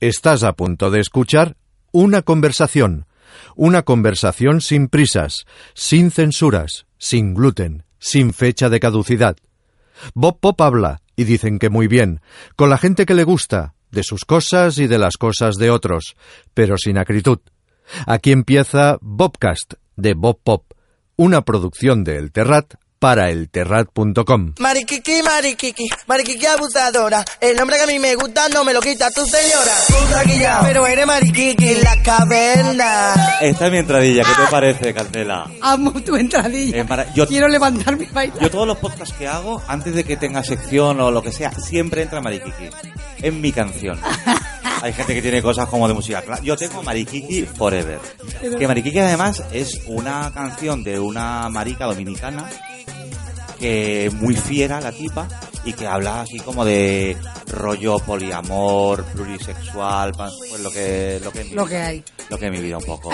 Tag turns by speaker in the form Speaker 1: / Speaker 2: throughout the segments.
Speaker 1: Estás a punto de escuchar una conversación. Una conversación sin prisas, sin censuras, sin gluten, sin fecha de caducidad. Bob Pop habla, y dicen que muy bien, con la gente que le gusta, de sus cosas y de las cosas de otros, pero sin acritud. Aquí empieza Bobcast, de Bob Pop, una producción de El Terrat para elterrat.com.
Speaker 2: Mariquiqui, mariquiqui, mariquiqui abusadora. El hombre que a mí me gusta no me lo quita tu señora. Pero eres mariquiqui en la caverna.
Speaker 3: Esta es mi entradilla, ¿qué te parece, Candela?
Speaker 4: Amo tu entradilla.
Speaker 3: Es mara- yo-
Speaker 4: Quiero levantarme y bailar.
Speaker 3: Yo todos los podcasts que hago, antes de que tenga sección o lo que sea, siempre entra Marikiki. Es mi canción. Hay gente que tiene cosas como de música cla- Yo tengo Marikiki Forever. Que Marikiki además es una canción de una marica dominicana que muy fiera la tipa y que habla así como de rollo poliamor, plurisexual, pa- pues lo que lo que,
Speaker 4: Lo que hay.
Speaker 3: Lo que he vivido un poco.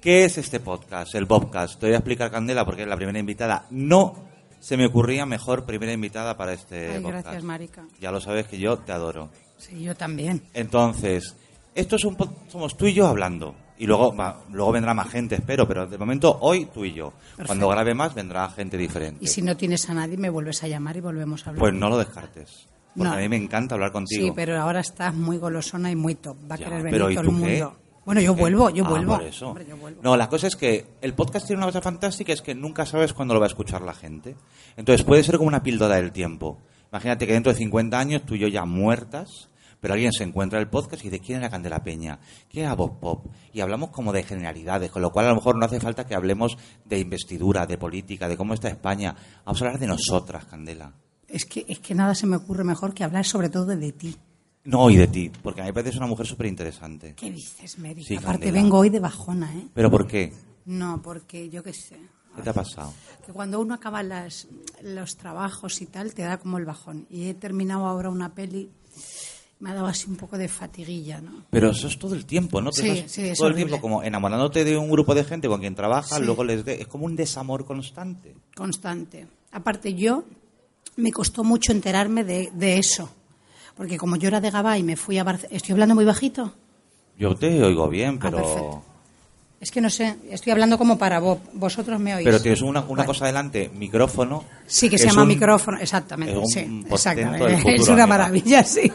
Speaker 3: ¿Qué es este podcast, el Bobcast? Te voy a explicar Candela porque es la primera invitada. No se me ocurría mejor primera invitada para este
Speaker 4: Ay,
Speaker 3: podcast.
Speaker 4: gracias, marica.
Speaker 3: Ya lo sabes que yo te adoro.
Speaker 4: Sí, yo también.
Speaker 3: Entonces, esto es un pod- somos tú y yo hablando. Y luego, va- luego vendrá más gente, espero, pero de momento hoy tú y yo. Cuando grabe más vendrá gente diferente.
Speaker 4: Y si no tienes a nadie, me vuelves a llamar y volvemos a hablar.
Speaker 3: Pues no lo descartes. Porque
Speaker 4: No.
Speaker 3: a mí me encanta hablar contigo.
Speaker 4: sí, pero ahora estás muy golosona y muy top. Va a
Speaker 3: Ya,
Speaker 4: querer venir
Speaker 3: pero ¿y
Speaker 4: todo el
Speaker 3: tú qué?
Speaker 4: mundo. Bueno, yo vuelvo, yo
Speaker 3: Ah,
Speaker 4: vuelvo.
Speaker 3: por eso.
Speaker 4: Hombre, yo vuelvo.
Speaker 3: No, la cosa es que el podcast tiene una cosa fantástica, es que nunca sabes cuándo lo va a escuchar la gente. Entonces puede ser como una píldora del tiempo. Imagínate que dentro de 50 años tú y yo ya muertas, pero alguien se encuentra el podcast y dice, ¿quién era Candela Peña? ¿Quién era Bob Pop? Y hablamos como de generalidades, con lo cual a lo mejor no hace falta que hablemos de investidura, de política, de cómo está España. Vamos a hablar de nosotras, Candela.
Speaker 4: Es, que, es que nada se me ocurre mejor que hablar sobre todo de ti.
Speaker 3: No, y de ti, porque a mí me parece una mujer súper interesante.
Speaker 4: ¿Qué dices, Mary?
Speaker 3: Sí,
Speaker 4: Aparte,
Speaker 3: Candela.
Speaker 4: vengo hoy de bajona, ¿eh?
Speaker 3: ¿Pero por qué?
Speaker 4: No, porque yo qué sé.
Speaker 3: ¿Qué te ha pasado?
Speaker 4: Que cuando uno acaba las, los trabajos y tal, te da como el bajón. Y he terminado ahora una peli, me ha dado así un poco de fatiguilla, ¿no?
Speaker 3: Pero eso es todo el tiempo, ¿no? Te
Speaker 4: Sí,
Speaker 3: estás
Speaker 4: sí, es
Speaker 3: todo el
Speaker 4: horrible.
Speaker 3: tiempo como enamorándote de un grupo de gente con quien trabajas,
Speaker 4: Sí.
Speaker 3: luego les de- es como un desamor constante.
Speaker 4: constante. Aparte, yo me costó mucho enterarme de, de eso. Porque como yo era de Gabá y me fui a Barcelona. ¿Estoy hablando muy bajito?
Speaker 3: Yo te oigo bien,
Speaker 4: Ah,
Speaker 3: pero
Speaker 4: perfecto. Es que no sé, estoy hablando como para vos. Vosotros me oís.
Speaker 3: pero tienes una, una
Speaker 4: Vale.
Speaker 3: cosa delante, micrófono.
Speaker 4: Sí, que se
Speaker 3: es
Speaker 4: llama
Speaker 3: un-
Speaker 4: micrófono, exactamente.
Speaker 3: es un
Speaker 4: sí,
Speaker 3: portento
Speaker 4: exactamente.
Speaker 3: del futuro,
Speaker 4: es una
Speaker 3: amiga.
Speaker 4: maravilla, sí.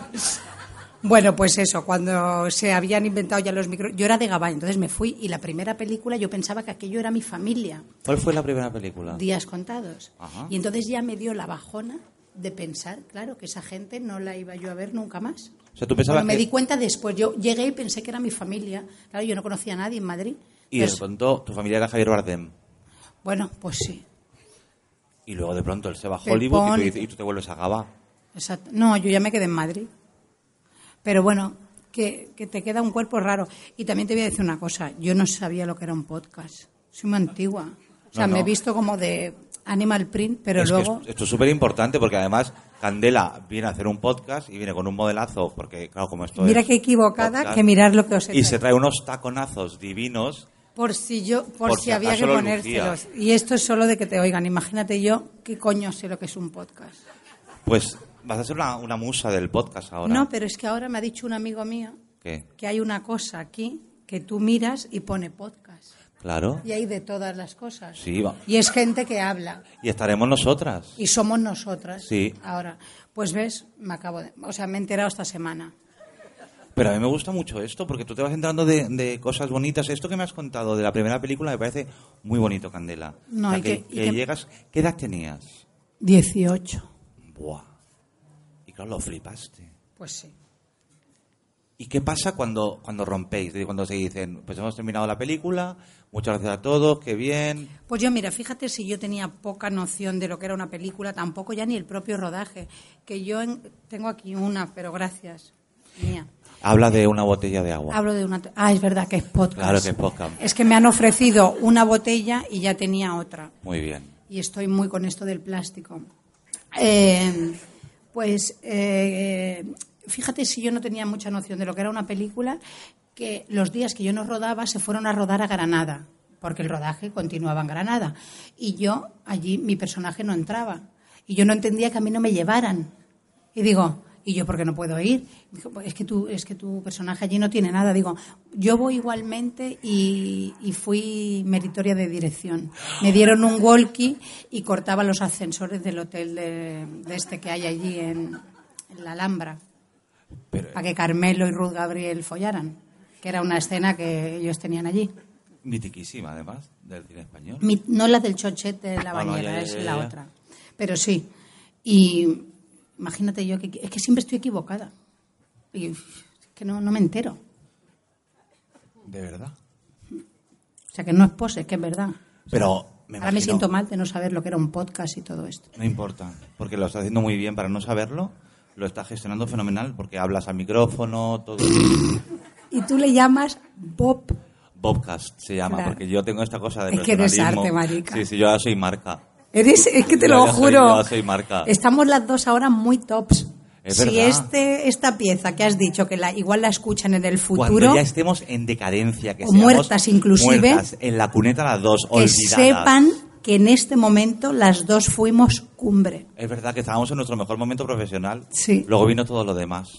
Speaker 4: Bueno, pues eso, cuando se habían inventado ya los micrófonos. Yo era de Gabá, entonces me fui y la primera película yo pensaba que aquello era mi familia.
Speaker 3: ¿Cuál fue la primera película?
Speaker 4: días contados.
Speaker 3: Ah. Ajá.
Speaker 4: Y entonces ya me dio la bajona de pensar, claro, que esa gente no la iba yo a ver nunca más.
Speaker 3: O sea, eh, tú pensabas
Speaker 4: Bueno, me
Speaker 3: que-
Speaker 4: di cuenta después. Yo llegué y pensé que era mi familia. Claro, yo no conocía a nadie en Madrid.
Speaker 3: y de
Speaker 4: Entonces,
Speaker 3: pronto tu familia era Javier Bardem
Speaker 4: bueno, pues sí.
Speaker 3: y luego de pronto él se va a
Speaker 4: Del
Speaker 3: Hollywood y tú
Speaker 4: Pony.
Speaker 3: dices- y tú, te vuelves a Gaba.
Speaker 4: Exacto. No, yo ya me quedé en Madrid. Pero bueno, que, que te queda un cuerpo raro. Y también te voy a decir una cosa. Yo no sabía lo que era un podcast. Soy muy antigua. O
Speaker 3: No,
Speaker 4: sea,
Speaker 3: no.
Speaker 4: me he visto como de Animal Print, pero
Speaker 3: Es que
Speaker 4: luego...
Speaker 3: es- esto es súper importante porque además Candela viene a hacer un podcast y viene con un modelazo porque claro, como esto
Speaker 4: Mira
Speaker 3: es
Speaker 4: qué equivocada
Speaker 3: podcast,
Speaker 4: que mirar lo que os he
Speaker 3: y se
Speaker 4: traído.
Speaker 3: trae unos taconazos divinos
Speaker 4: Por si yo, por,
Speaker 3: Por
Speaker 4: si,
Speaker 3: si
Speaker 4: había
Speaker 3: acaso
Speaker 4: que
Speaker 3: lo
Speaker 4: ponérselos. Y esto es solo de que te oigan. Imagínate yo qué coño sé lo que es un podcast.
Speaker 3: Pues vas a ser una, una musa del podcast ahora.
Speaker 4: No, pero es que ahora me ha dicho un amigo mío
Speaker 3: ¿Qué?
Speaker 4: que hay una cosa aquí que tú miras y pone podcast.
Speaker 3: Claro.
Speaker 4: Y hay de todas las cosas.
Speaker 3: Sí, va.
Speaker 4: Y es gente que habla.
Speaker 3: Y estaremos nosotras.
Speaker 4: Y somos nosotras.
Speaker 3: Sí.
Speaker 4: Ahora, pues ves, me acabo de, o sea, me he enterado esta semana.
Speaker 3: Pero a mí me gusta mucho esto porque tú te vas entrando de, de cosas bonitas. Esto que me has contado de la primera película me parece muy bonito, Candela.
Speaker 4: No,
Speaker 3: O sea,
Speaker 4: y
Speaker 3: que,
Speaker 4: que- y
Speaker 3: que
Speaker 4: que-
Speaker 3: llegas. ¿Qué edad tenías?
Speaker 4: 18.
Speaker 3: Buah. Y claro, lo flipaste.
Speaker 4: Pues sí.
Speaker 3: ¿Y qué pasa cuando, cuando rompéis? Es decir, Cuando se dicen, pues hemos terminado la película, muchas gracias a todos, qué bien.
Speaker 4: Pues yo, mira, fíjate si yo tenía poca noción de lo que era una película, tampoco ya ni el propio rodaje. Que yo en- tengo aquí una, pero gracias. Mía.
Speaker 3: Habla de una botella de agua.
Speaker 4: Hablo de una. Ah, es verdad que es podcast.
Speaker 3: Claro que es podcast.
Speaker 4: Es que me han ofrecido una botella y ya tenía otra.
Speaker 3: Muy bien.
Speaker 4: Y estoy muy con esto del plástico. Eh, pues eh, fíjate si yo no tenía mucha noción de lo que era una película, que los días que yo no rodaba se fueron a rodar a Granada, porque el rodaje continuaba en Granada. Y yo allí, mi personaje no entraba. Y yo no entendía que a mí no me llevaran. Y digo, Y yo, ¿por qué no puedo ir? Dijo, "Pues es que, tu, es que tu personaje allí no tiene nada. Digo, yo voy igualmente y, y fui meritoria de dirección. Me dieron un walkie y cortaba los ascensores del hotel de, de este que hay allí en, en la Alhambra. para que Carmelo y Ruth Gabriel follaran, que era una escena que ellos tenían allí.
Speaker 3: Mitiquísima, además, del cine español.
Speaker 4: Mi- no la del chochete de la
Speaker 3: Ah, no,
Speaker 4: bañera,
Speaker 3: ya, ya,
Speaker 4: es
Speaker 3: ya,
Speaker 4: la
Speaker 3: ya.
Speaker 4: otra. Pero sí. Y imagínate yo que es que siempre estoy equivocada. Y es que no, no me entero.
Speaker 3: De verdad.
Speaker 4: O sea, que no es pose, es que es verdad.
Speaker 3: Pero me
Speaker 4: Ahora me
Speaker 3: imagino-
Speaker 4: siento mal de no saber lo que era un podcast y todo esto.
Speaker 3: No importa, porque lo está haciendo muy bien para no saberlo. Lo está gestionando fenomenal porque hablas al micrófono, todo.
Speaker 4: Y tú le llamas Bob.
Speaker 3: Bobcast se llama,
Speaker 4: Claro.
Speaker 3: porque yo tengo esta cosa de
Speaker 4: Es que eres
Speaker 3: personalismo.
Speaker 4: arte, marica.
Speaker 3: Sí, sí, yo ya soy marca.
Speaker 4: Eres, es que te
Speaker 3: Ya,
Speaker 4: lo
Speaker 3: ya soy-
Speaker 4: juro.
Speaker 3: ya soy marca.
Speaker 4: Estamos las dos ahora muy tops.
Speaker 3: Es
Speaker 4: si
Speaker 3: verdad.
Speaker 4: este, esta pieza que has dicho, que la, igual la escuchan en el futuro,
Speaker 3: Cuando ya estemos en decadencia, que
Speaker 4: O
Speaker 3: seamos
Speaker 4: muertas inclusive.
Speaker 3: muertas, en la cuneta las dos,
Speaker 4: que
Speaker 3: olvidadas.
Speaker 4: sepan que en este momento las dos fuimos cumbre.
Speaker 3: Es verdad que estábamos en nuestro mejor momento profesional.
Speaker 4: Sí.
Speaker 3: Luego vino todo lo demás.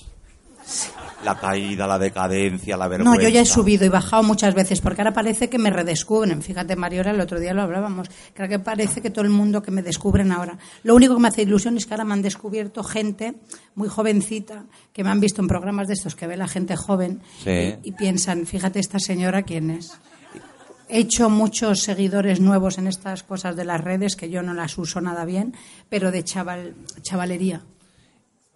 Speaker 3: La caída, la decadencia, la vergüenza.
Speaker 4: No, yo ya he subido y bajado muchas veces, porque ahora parece que me redescubren. Fíjate, Mariola, el otro día lo hablábamos. Creo que parece que todo el mundo que me descubren ahora. Lo único que me hace ilusión es que ahora me han descubierto gente muy jovencita, que me han visto en programas de estos que ve la gente joven,
Speaker 3: Sí.
Speaker 4: y, y piensan, fíjate esta señora quién es. He hecho muchos seguidores nuevos en estas cosas de las redes, que yo no las uso nada bien, pero de chaval, chavalería.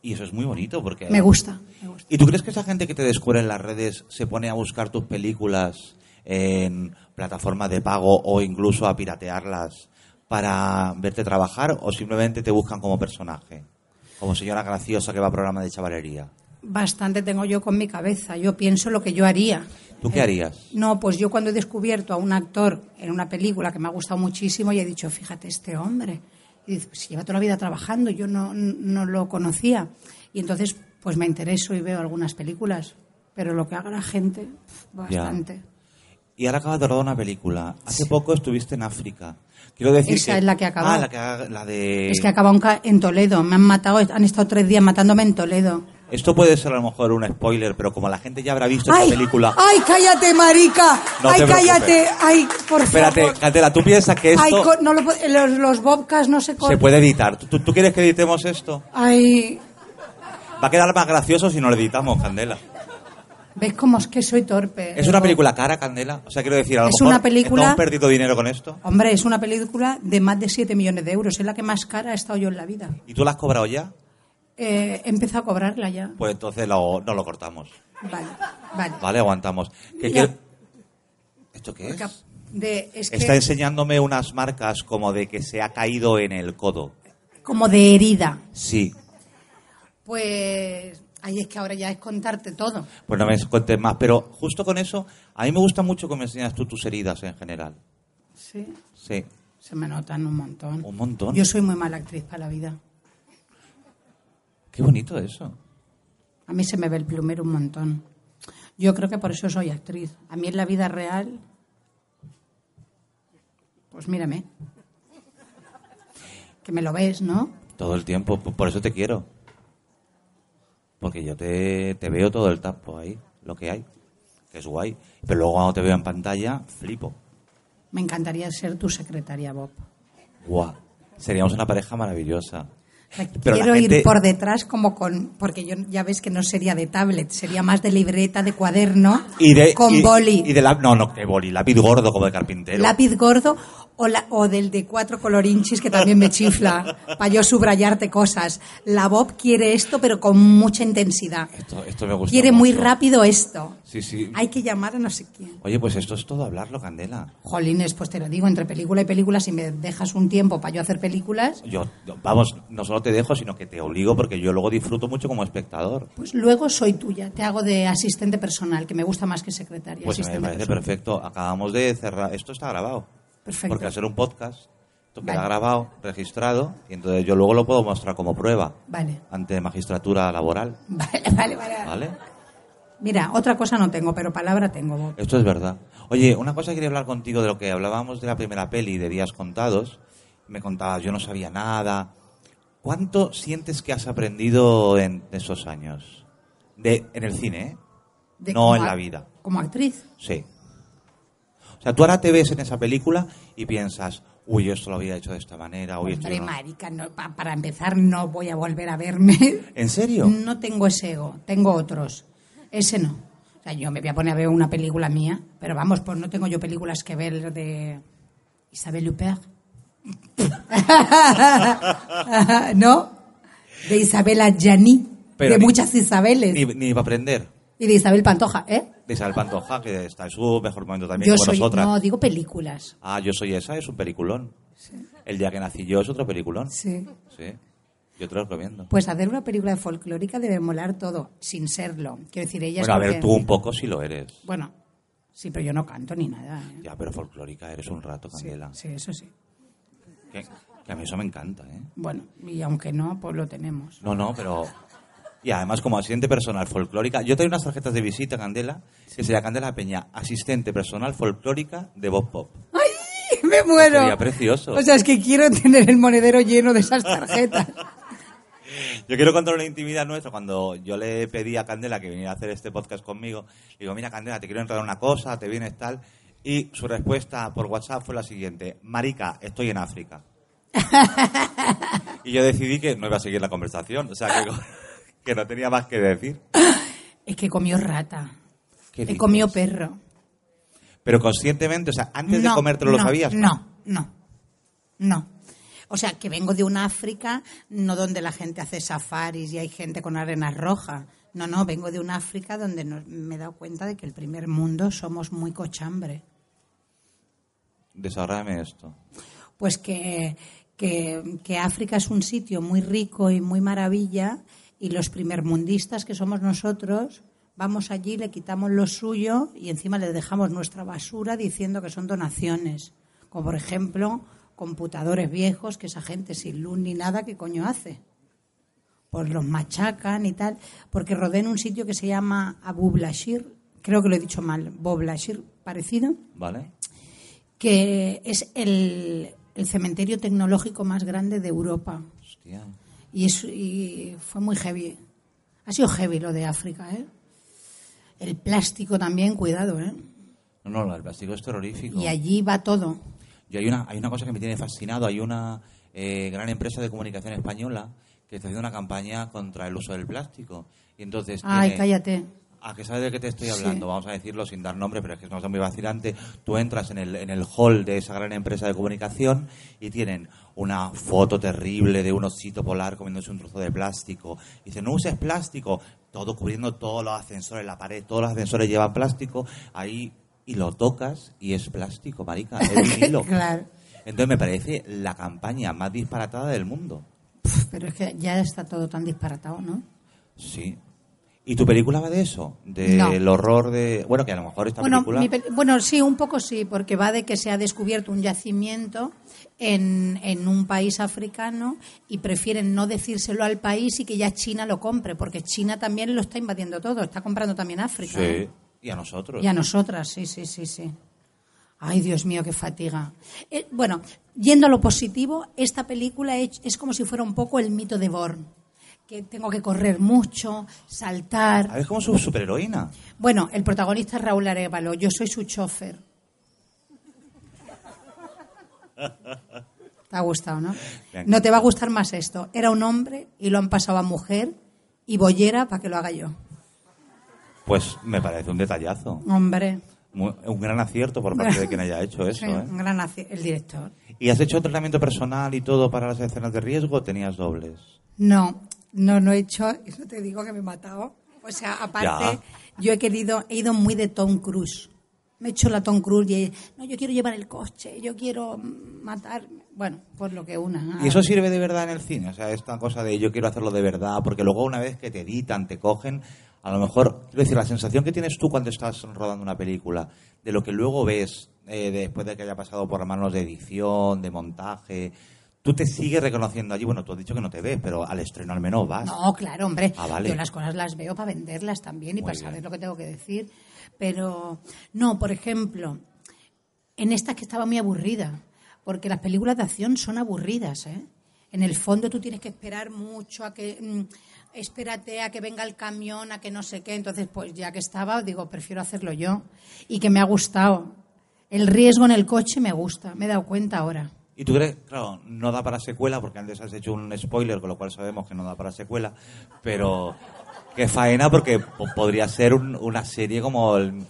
Speaker 3: Y eso es muy bonito porque...
Speaker 4: Me gusta, me gusta.
Speaker 3: ¿Y tú crees que esa gente que te descubre en las redes se pone a buscar tus películas en plataformas de pago o incluso a piratearlas para verte trabajar o simplemente te buscan como personaje? Como señora graciosa que va a programa de chavalería.
Speaker 4: Bastante tengo yo con mi cabeza. Yo pienso lo que yo haría. Eh,
Speaker 3: ¿Tú qué harías?
Speaker 4: No, pues yo cuando he descubierto a un actor en una película que me ha gustado muchísimo y he dicho, fíjate, este hombre. Y dice, pues lleva toda la vida trabajando, yo no, no lo conocía. Y entonces, pues me intereso y veo algunas películas. Pero lo que haga la gente, pf,
Speaker 3: Ya.
Speaker 4: bastante.
Speaker 3: Y ahora acabas de rodar una película. Hace poco estuviste en África. Quiero decir
Speaker 4: Esa
Speaker 3: que...
Speaker 4: es la que ha acabado.
Speaker 3: Ah, la, que ha- la de...
Speaker 4: Es que acaban ca- en Toledo, me han matado, han estado tres días matándome en Toledo.
Speaker 3: Esto puede ser a lo mejor un spoiler, pero como la gente ya habrá visto
Speaker 4: ¡Ay!
Speaker 3: esta película...
Speaker 4: ¡Ay, cállate, marica!
Speaker 3: No
Speaker 4: ¡Ay,
Speaker 3: te
Speaker 4: cállate!
Speaker 3: preocupes.
Speaker 4: ¡Ay, por
Speaker 3: Espérate,
Speaker 4: favor!
Speaker 3: Candela, ¿tú piensas que esto
Speaker 4: Ay, co- no lo pu- los, los bobcas no se
Speaker 3: se
Speaker 4: cortan.
Speaker 3: puede editar? ¿Tú- ¿Tú, tú quieres que editemos esto?
Speaker 4: Ay,
Speaker 3: Va a quedar más gracioso si no lo editamos, Candela.
Speaker 4: ¿ves cómo es que soy torpe?
Speaker 3: Es una película cara, Candela. O sea, quiero decir, a lo
Speaker 4: Es
Speaker 3: mejor
Speaker 4: una película-
Speaker 3: estamos perdido dinero con esto.
Speaker 4: Hombre, es una película de más de 7 millones de euros. Es la que más cara he estado yo en la vida.
Speaker 3: ¿Y tú la has cobrado ya?
Speaker 4: Eh, he empezado a cobrarla ya.
Speaker 3: Pues entonces lo- no lo cortamos.
Speaker 4: Vale, vale.
Speaker 3: Vale, aguantamos. ¿Qué
Speaker 4: Ya.
Speaker 3: quiero- ¿Esto qué es?
Speaker 4: Porque de- es que-
Speaker 3: Pues, Está enseñándome unas marcas como de que se ha caído en el codo.
Speaker 4: como de herida.
Speaker 3: Sí.
Speaker 4: Pues ahí es que ahora ya es contarte todo.
Speaker 3: Pues no me cuentes más. Pero justo con eso, a mí me gusta mucho que me enseñas tú tus heridas en general.
Speaker 4: Sí,
Speaker 3: Sí.
Speaker 4: se me notan un montón.
Speaker 3: Un montón.
Speaker 4: Yo soy muy mala actriz para la vida.
Speaker 3: Qué bonito eso.
Speaker 4: A mí se me ve el plumero un montón. Yo creo que por eso soy actriz. A mí en la vida real, pues mírame. Que me lo ves, ¿no?
Speaker 3: Todo el tiempo, p- por eso te quiero. Porque yo te, te veo todo el tiempo ahí, lo que hay, que es guay. Pero luego cuando te veo en pantalla, flipo.
Speaker 4: Me encantaría ser tu secretaria, Bob.
Speaker 3: Guau. Seríamos una pareja maravillosa.
Speaker 4: O sea,
Speaker 3: Pero la
Speaker 4: quiero
Speaker 3: gente-
Speaker 4: ir por detrás como con... Porque yo ya ves que no sería de tablet, sería más de libreta, de cuaderno,
Speaker 3: Y de,
Speaker 4: con
Speaker 3: y-
Speaker 4: boli,
Speaker 3: Y de la- no, no, que boli, lápiz gordo como de carpintero.
Speaker 4: lápiz gordo o, la- o del de cuatro colorinchis que también me chifla para yo subrayarte cosas. La Bob quiere esto, pero con mucha intensidad.
Speaker 3: Esto, esto me gusta.
Speaker 4: Quiere muy
Speaker 3: mucho.
Speaker 4: rápido esto.
Speaker 3: Sí, sí.
Speaker 4: Hay que llamar a no sé quién.
Speaker 3: Oye, pues esto es todo hablarlo, Candela.
Speaker 4: Jolines, pues te lo digo, entre película y película, si me dejas un tiempo para yo hacer películas,
Speaker 3: Yo, yo- vamos, no solo te dejo, sino que te obligo porque yo luego disfruto mucho como espectador.
Speaker 4: pues luego soy tuya. Te hago de asistente personal, que me gusta más que secretaria.
Speaker 3: Pues me
Speaker 4: asistente
Speaker 3: parece
Speaker 4: personal.
Speaker 3: perfecto. Acabamos de cerrar. Esto está grabado.
Speaker 4: Perfecto.
Speaker 3: Porque hacer un podcast, esto queda
Speaker 4: Vale.
Speaker 3: grabado, registrado, y entonces yo luego lo puedo mostrar como prueba
Speaker 4: Vale.
Speaker 3: ante magistratura laboral.
Speaker 4: Vale, vale, vale.
Speaker 3: ¿Vale?
Speaker 4: Mira, otra cosa no tengo, pero palabra tengo. Bob.
Speaker 3: Esto es verdad. Oye, una cosa que quería hablar contigo de lo que hablábamos de la primera peli de Días Contados. Me contabas, yo no sabía nada. ¿Cuánto sientes que has aprendido en esos años? De, en el cine, ¿eh?
Speaker 4: de-
Speaker 3: no
Speaker 4: como
Speaker 3: en
Speaker 4: a-
Speaker 3: la vida.
Speaker 4: Como actriz.
Speaker 3: Sí. O sea, tú ahora te ves en esa película y piensas, uy, yo esto lo había hecho de esta manera, uy, esto
Speaker 4: Hombre,
Speaker 3: yo no".
Speaker 4: marica, no, pa- para empezar no voy a volver a verme.
Speaker 3: ¿En serio?
Speaker 4: No tengo ese ego, tengo otros. Ese no. O sea, yo me voy a poner a ver una película mía, pero vamos, pues no tengo yo películas que ver de Isabel Huppert. ¿No? De Isabela Gianni.
Speaker 3: Pero
Speaker 4: de
Speaker 3: ni-
Speaker 4: muchas Isabeles.
Speaker 3: Ni, ni va a aprender.
Speaker 4: Y de Isabel Pantoja, ¿eh?
Speaker 3: De Isabel Pantoja, que está en su mejor momento también
Speaker 4: Yo
Speaker 3: como
Speaker 4: soy.
Speaker 3: nosotras.
Speaker 4: No, digo películas.
Speaker 3: Ah, yo soy esa, es un peliculón. El día que nací yo es otro peliculón.
Speaker 4: Sí.
Speaker 3: Sí. Yo te lo recomiendo.
Speaker 4: Pues hacer una película de folclórica debe molar todo, sin serlo. Quiero decir, ella es
Speaker 3: bueno, a
Speaker 4: lo
Speaker 3: ver,
Speaker 4: que-
Speaker 3: tú un poco si lo eres.
Speaker 4: Bueno, sí, pero yo no canto ni nada. ¿eh?
Speaker 3: Ya, pero folclórica eres un rato,
Speaker 4: Sí,
Speaker 3: Candela.
Speaker 4: sí, eso sí.
Speaker 3: Que, que a mí eso me encanta, ¿eh?
Speaker 4: Bueno, y aunque no, pues lo tenemos.
Speaker 3: No, no, pero... Y además como asistente personal folclórica. Yo tengo unas tarjetas de visita, Candela, que sería Candela Peña, asistente personal folclórica de Bob Pop.
Speaker 4: ¡Me muero!
Speaker 3: Sería precioso.
Speaker 4: O sea, es que quiero tener el monedero lleno de esas tarjetas.
Speaker 3: Yo quiero contar una intimidad nuestra. Cuando yo le pedí a Candela que viniera a hacer este podcast conmigo, le digo, mira, Candela, te quiero entrar una cosa, te vienes tal. Y su respuesta por WhatsApp fue la siguiente, Marica, estoy en África. y yo decidí que no iba a seguir la conversación, o sea, que, que no tenía más que decir.
Speaker 4: Es que comió rata.
Speaker 3: ¿Qué
Speaker 4: He
Speaker 3: dices?
Speaker 4: comido perro.
Speaker 3: Pero conscientemente, o sea, antes
Speaker 4: no,
Speaker 3: de comértelo lo
Speaker 4: no,
Speaker 3: sabías.
Speaker 4: No, no, no. O sea, que vengo de un África, no donde la gente hace safaris y hay gente con arena roja. No, no, vengo de un África donde no- me he dado cuenta de que el primer mundo somos muy cochambre.
Speaker 3: Desahórrame esto.
Speaker 4: pues que, que- que África es un sitio muy rico y muy maravilla y los primermundistas que somos nosotros vamos allí, le quitamos lo suyo y encima le dejamos nuestra basura diciendo que son donaciones, como por ejemplo computadores viejos que esa gente sin luz ni nada, ¿qué coño hace? Pues los machacan y tal, porque rodé en un sitio que se llama Abu Blashir, creo que lo he dicho mal, Boblashir, parecido,
Speaker 3: ¿Vale?
Speaker 4: que es el, el cementerio tecnológico más grande de Europa.
Speaker 3: Hostia.
Speaker 4: Y, es- y fue muy heavy. Ha sido heavy lo de África, ¿eh? El plástico también, cuidado, ¿eh?
Speaker 3: No, no, el plástico es terrorífico.
Speaker 4: Y allí va todo.
Speaker 3: Y hay una, hay una cosa que me tiene fascinado. Hay una eh, gran empresa de comunicación española que está haciendo una campaña contra el uso del plástico. Y entonces
Speaker 4: Ay,
Speaker 3: tiene-
Speaker 4: cállate.
Speaker 3: ¿A qué sabes de qué te estoy
Speaker 4: Sí.
Speaker 3: hablando? Vamos a decirlo sin dar nombre, pero es que es una cosa muy vacilante. Tú entras en el, en el hall de esa gran empresa de comunicación y tienen una foto terrible de un osito polar comiéndose un trozo de plástico. Y dicen, no uses plástico. Todo cubriendo todos los ascensores, la pared, todos los ascensores llevan plástico. Ahí, y lo tocas y es plástico, marica. Es vinilo.
Speaker 4: Claro.
Speaker 3: Entonces me parece la campaña más disparatada del mundo.
Speaker 4: Pf, Pero es que ya está todo tan disparatado, ¿no?
Speaker 3: Sí. ¿Y tu película va de eso? Del
Speaker 4: No.
Speaker 3: horror de... Bueno, que a lo mejor esta
Speaker 4: Bueno,
Speaker 3: película...
Speaker 4: mi peli- bueno, sí, un poco sí, porque va de que se ha descubierto un yacimiento en, en un país africano y prefieren no decírselo al país y que ya China lo compre, porque China también lo está invadiendo todo, está comprando también África.
Speaker 3: Sí. Y a nosotros.
Speaker 4: Y a nosotras, sí, sí, sí, sí. Ay, Dios mío, qué fatiga. Eh, bueno, yendo a lo positivo, esta película es, es como si fuera un poco el mito de Born, que tengo que correr mucho, saltar.
Speaker 3: A ver, como su superheroína.
Speaker 4: Bueno, el protagonista es Raúl Arevalo, yo soy su chofer. ¿Te ha gustado, no?
Speaker 3: Me ha
Speaker 4: No te va a gustar más esto. Era un hombre y lo han pasado a mujer y bollera para que lo haga yo.
Speaker 3: Pues me parece un detallazo.
Speaker 4: Hombre.
Speaker 3: Mu- Un gran acierto por parte de quien haya hecho eso.
Speaker 4: Sí,
Speaker 3: ¿eh?
Speaker 4: un gran aci- el director.
Speaker 3: ¿Y has hecho tratamiento personal y todo para las escenas de riesgo o tenías dobles?
Speaker 4: No, no, no he hecho, no te digo que me he matado. O sea, aparte, yo he querido, he ido muy de Tom Cruise. Me he hecho la Tom Cruise y he- no, yo quiero llevar el coche, yo quiero mm, matar, bueno, por lo que una.
Speaker 3: ¿Y eso sirve de verdad en el cine? O sea, esta cosa de yo quiero hacerlo de verdad, porque luego una vez que te editan, te cogen, a lo mejor, quiero decir, la sensación que tienes tú cuando estás rodando una película, de lo que luego ves eh, después de que haya pasado por manos de edición, de montaje, tú te sigues reconociendo allí. Bueno, tú has dicho que no te ves, pero al estreno al menos vas.
Speaker 4: No, claro, hombre.
Speaker 3: Ah, vale.
Speaker 4: Yo las cosas las veo para venderlas también y
Speaker 3: Muy
Speaker 4: para
Speaker 3: bien.
Speaker 4: saber lo que tengo que decir. Pero, no, por ejemplo, en esta que estaba muy aburrida, porque las películas de acción son aburridas, ¿eh? en el fondo tú tienes que esperar mucho a que mm, espérate a que venga el camión, a que no sé qué. Entonces, pues ya que estaba, digo, prefiero hacerlo yo y que me ha gustado. El riesgo en el coche me gusta, me he dado cuenta ahora.
Speaker 3: ¿Y tú crees? Claro, no da para secuela, porque antes has hecho un spoiler, con lo cual sabemos que no da para secuela, pero qué faena, porque po- podría ser un- una serie como el...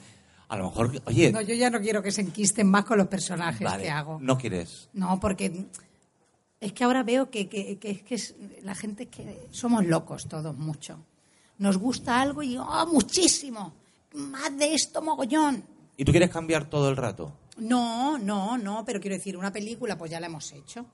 Speaker 3: A lo mejor, oye,
Speaker 4: No, yo ya no quiero que se enquisten más con los personajes
Speaker 3: vale,
Speaker 4: que hago.
Speaker 3: no quieres.
Speaker 4: No, porque es que ahora veo que, que- que es que es- la gente es que somos locos todos mucho. Nos gusta algo y ¡oh, muchísimo! Más de esto, mogollón.
Speaker 3: ¿Y tú quieres cambiar todo el rato?
Speaker 4: No, no, no, pero quiero decir, una película pues ya la hemos hecho.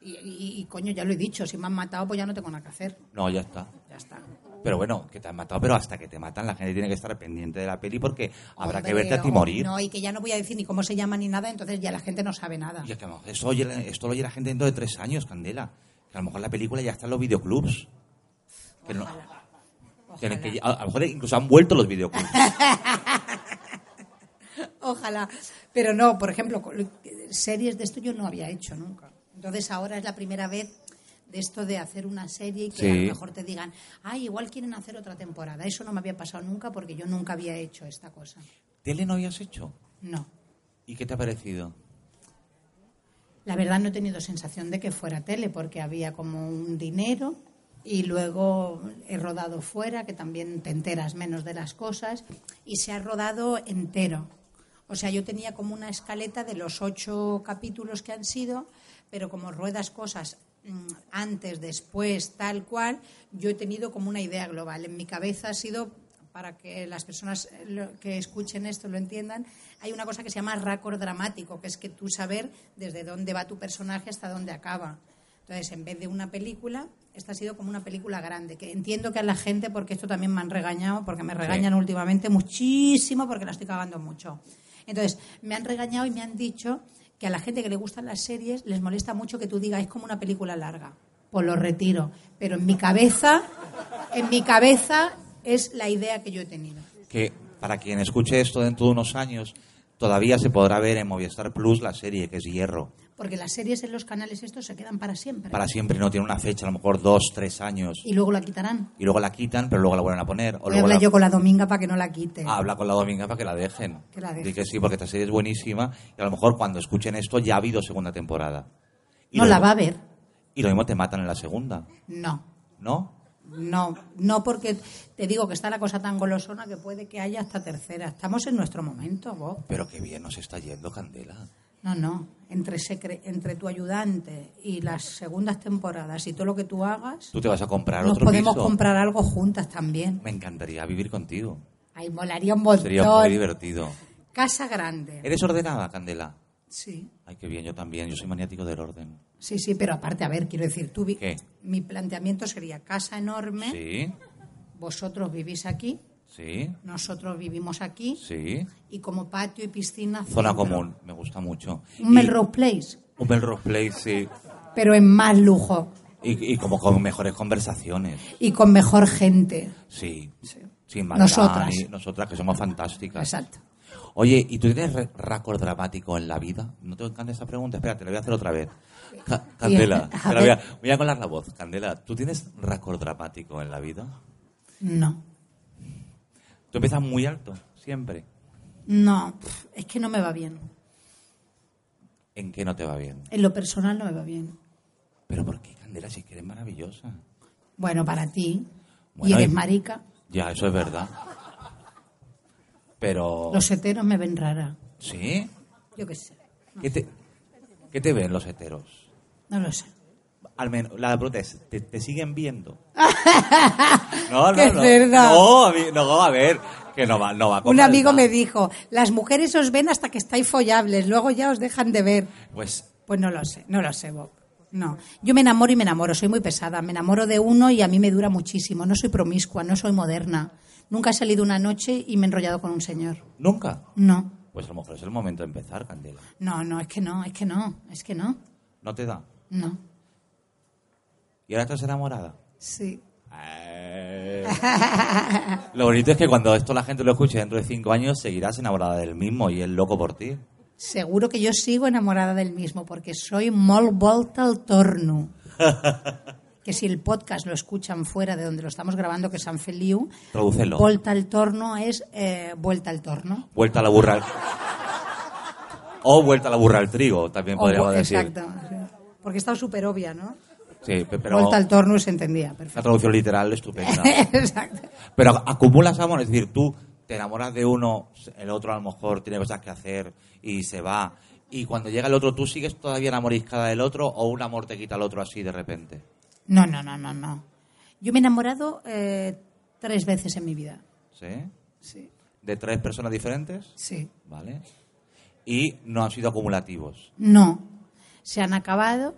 Speaker 4: Y, y- y, coño, ya lo he dicho, si me han matado pues ya no tengo nada que hacer.
Speaker 3: No, ya está.
Speaker 4: Ya está.
Speaker 3: Pero bueno, que te han matado, pero hasta que te matan la gente tiene que estar pendiente de la peli porque habrá que
Speaker 4: Hombre,
Speaker 3: verte a ti
Speaker 4: o-
Speaker 3: morir.
Speaker 4: No, y que ya no voy a decir ni cómo se llama ni nada, entonces ya la gente no sabe nada.
Speaker 3: Y es que a lo mejor eso oye, la- esto lo oye la gente dentro de tres años, Candela. Que a lo mejor la película ya está en los videoclubs. Que no- tienen que- a, a lo mejor incluso han vuelto los videoclubs.
Speaker 4: Ojalá. Pero no, por ejemplo, con- series de esto yo no había hecho nunca. Entonces ahora es la primera vez de esto de hacer una serie y que a lo
Speaker 3: Sí.
Speaker 4: mejor te digan, ay, igual quieren hacer otra temporada. Eso no me había pasado nunca porque yo nunca había hecho esta cosa.
Speaker 3: ¿Tele no habías hecho?
Speaker 4: No.
Speaker 3: ¿Y qué te ha parecido?
Speaker 4: La verdad no he tenido sensación de que fuera tele porque había como un dinero y luego he rodado fuera, que también te enteras menos de las cosas, y se ha rodado entero. O sea, yo tenía como una escaleta de los ocho capítulos que han sido, pero como ruedas cosas mm, antes, después, tal cual, yo he tenido como una idea global. En mi cabeza ha sido, para que las personas eh, lo- que escuchen esto lo entiendan, hay una cosa que se llama raccord dramático, que es que tú saber desde dónde va tu personaje hasta dónde acaba. Entonces, en vez de una película, esta ha sido como una película grande, que entiendo que a la gente, porque esto también me han regañado, porque me regañan últimamente muchísimo, porque la estoy cagando mucho. Entonces, me han regañado y me han dicho que a la gente que le gustan las series les molesta mucho que tú digas, es como una película larga. Pues lo retiro. Pero en mi cabeza, en mi cabeza es la idea que yo he tenido.
Speaker 3: Que para quien escuche esto dentro de unos años, todavía se podrá ver en Movistar Plus la serie que es Hierro.
Speaker 4: Porque las series en los canales estos se quedan para siempre.
Speaker 3: Para siempre no tiene una fecha, a lo mejor dos, tres años.
Speaker 4: Y luego la quitarán.
Speaker 3: Y luego la quitan, pero luego la vuelven a poner. O
Speaker 4: Voy a
Speaker 3: luego
Speaker 4: hablar
Speaker 3: la-
Speaker 4: yo con la Dominga para que no la quite.
Speaker 3: Ah, habla con la Dominga para que la dejen.
Speaker 4: Que la dejen.
Speaker 3: Di que sí, porque esta serie es buenísima y a lo mejor cuando escuchen esto ya ha habido segunda temporada. Y
Speaker 4: no
Speaker 3: lo
Speaker 4: la
Speaker 3: mismo-
Speaker 4: va a ver.
Speaker 3: Y lo mismo te matan en la segunda,
Speaker 4: No.
Speaker 3: ¿no?
Speaker 4: No, no porque te digo que está la cosa tan golosona que puede que haya hasta tercera. Estamos en nuestro momento, Bob.
Speaker 3: Pero qué bien nos está yendo, Candela.
Speaker 4: No, no. Entre, secre- entre tu ayudante y las segundas temporadas y todo lo que tú hagas,
Speaker 3: Tú te vas a comprar
Speaker 4: nos
Speaker 3: otro
Speaker 4: podemos
Speaker 3: piso.
Speaker 4: comprar algo juntas también.
Speaker 3: Me encantaría vivir contigo.
Speaker 4: Ahí molaría un
Speaker 3: Sería muy
Speaker 4: montón.
Speaker 3: divertido.
Speaker 4: Casa grande.
Speaker 3: ¿Eres ordenada, Candela?
Speaker 4: Sí.
Speaker 3: Ay, qué bien, yo también. Yo soy maniático del orden.
Speaker 4: Sí, sí, pero aparte, a ver, quiero decir, tú vi-
Speaker 3: ¿Qué?
Speaker 4: mi planteamiento sería casa enorme,
Speaker 3: Sí,
Speaker 4: vosotros vivís aquí,
Speaker 3: sí,
Speaker 4: nosotros vivimos aquí,
Speaker 3: sí.
Speaker 4: y como patio y piscina...
Speaker 3: Zona
Speaker 4: centro.
Speaker 3: común, me gusta mucho.
Speaker 4: Un
Speaker 3: Y-
Speaker 4: Melrose Place,
Speaker 3: Un Melrose Place, sí.
Speaker 4: pero en más lujo
Speaker 3: Y, y como con mejores conversaciones.
Speaker 4: y con mejor gente.
Speaker 3: Sí.
Speaker 4: Sí.
Speaker 3: Sin
Speaker 4: Nosotras.
Speaker 3: y nosotras que somos fantásticas.
Speaker 4: Exacto.
Speaker 3: Oye, ¿y tú tienes re- récord dramático en la vida? ¿No te encanta esa pregunta? Espérate, la voy a hacer otra vez. Ca- Candela,
Speaker 4: a
Speaker 3: te la voy, a,
Speaker 4: ver.
Speaker 3: voy a colar la voz. Candela, ¿tú tienes récord dramático en la vida?
Speaker 4: No,
Speaker 3: Tú empiezas muy alto, siempre.
Speaker 4: no, pf, es que no me va bien.
Speaker 3: ¿En qué no te va bien?
Speaker 4: En lo personal no me va bien.
Speaker 3: ¿Pero por qué, Candela? Si es que eres maravillosa.
Speaker 4: Bueno, para ti.
Speaker 3: Bueno,
Speaker 4: y eres
Speaker 3: y-
Speaker 4: marica.
Speaker 3: Ya, eso es verdad. Pero...
Speaker 4: Los heteros me ven rara.
Speaker 3: ¿Sí?
Speaker 4: Yo qué sé.
Speaker 3: ¿Qué te, qué te ven los heteros?
Speaker 4: No lo sé.
Speaker 3: Al menos, la pregunta es, ¿te, te siguen viendo? No,
Speaker 4: Qué cerda.
Speaker 3: No, a mí- no, a ver, que no va, no va. con
Speaker 4: Un amigo
Speaker 3: maldad.
Speaker 4: me dijo, las mujeres os ven hasta que estáis follables, luego ya os dejan de ver.
Speaker 3: Pues,
Speaker 4: Pues no lo sé, no lo sé, Bob. No, yo me enamoro y me enamoro, soy muy pesada, me enamoro de uno y a mí me dura muchísimo, no soy promiscua, no soy moderna, nunca he salido una noche y me he enrollado con un señor.
Speaker 3: nunca.
Speaker 4: No,
Speaker 3: Pues a lo mejor es el momento de empezar, Candela.
Speaker 4: no, no, es que no, es que no, es que no,
Speaker 3: No te da.
Speaker 4: no,
Speaker 3: ¿Y ahora estás enamorada?
Speaker 4: sí.
Speaker 3: Eh. Lo bonito es que cuando esto la gente lo escuche dentro de cinco años, seguirás enamorada del mismo y él loco por ti.
Speaker 4: Seguro que yo sigo enamorada del mismo porque soy molt volta al torno. que si el podcast lo escuchan fuera de donde lo estamos grabando, que es San Feliu,
Speaker 3: Tradúcelo.
Speaker 4: Vuelta al Torno es eh, Vuelta al Torno.
Speaker 3: Vuelta a la burra. al- O vuelta a la burra al trigo, también podríamos
Speaker 4: O-
Speaker 3: decir.
Speaker 4: Exacto. Porque está súper obvia, ¿no?
Speaker 3: Sí, pe- pero
Speaker 4: Vuelta al
Speaker 3: una
Speaker 4: Torno se entendía, perfecto.
Speaker 3: traducción literal estupenda.
Speaker 4: Exacto.
Speaker 3: Pero ac- acumulas amor, es decir, tú te enamoras de uno, el otro a lo mejor tiene cosas que hacer y se va. Y cuando llega el otro, tú sigues todavía enamoriscada del otro o un amor te quita al otro así de repente.
Speaker 4: No, no, no, no, no. Yo me he enamorado eh, tres veces en mi vida.
Speaker 3: ¿Sí?
Speaker 4: Sí.
Speaker 3: ¿De tres personas diferentes?
Speaker 4: Sí.
Speaker 3: ¿Vale? Y no han sido acumulativos.
Speaker 4: No. Se han acabado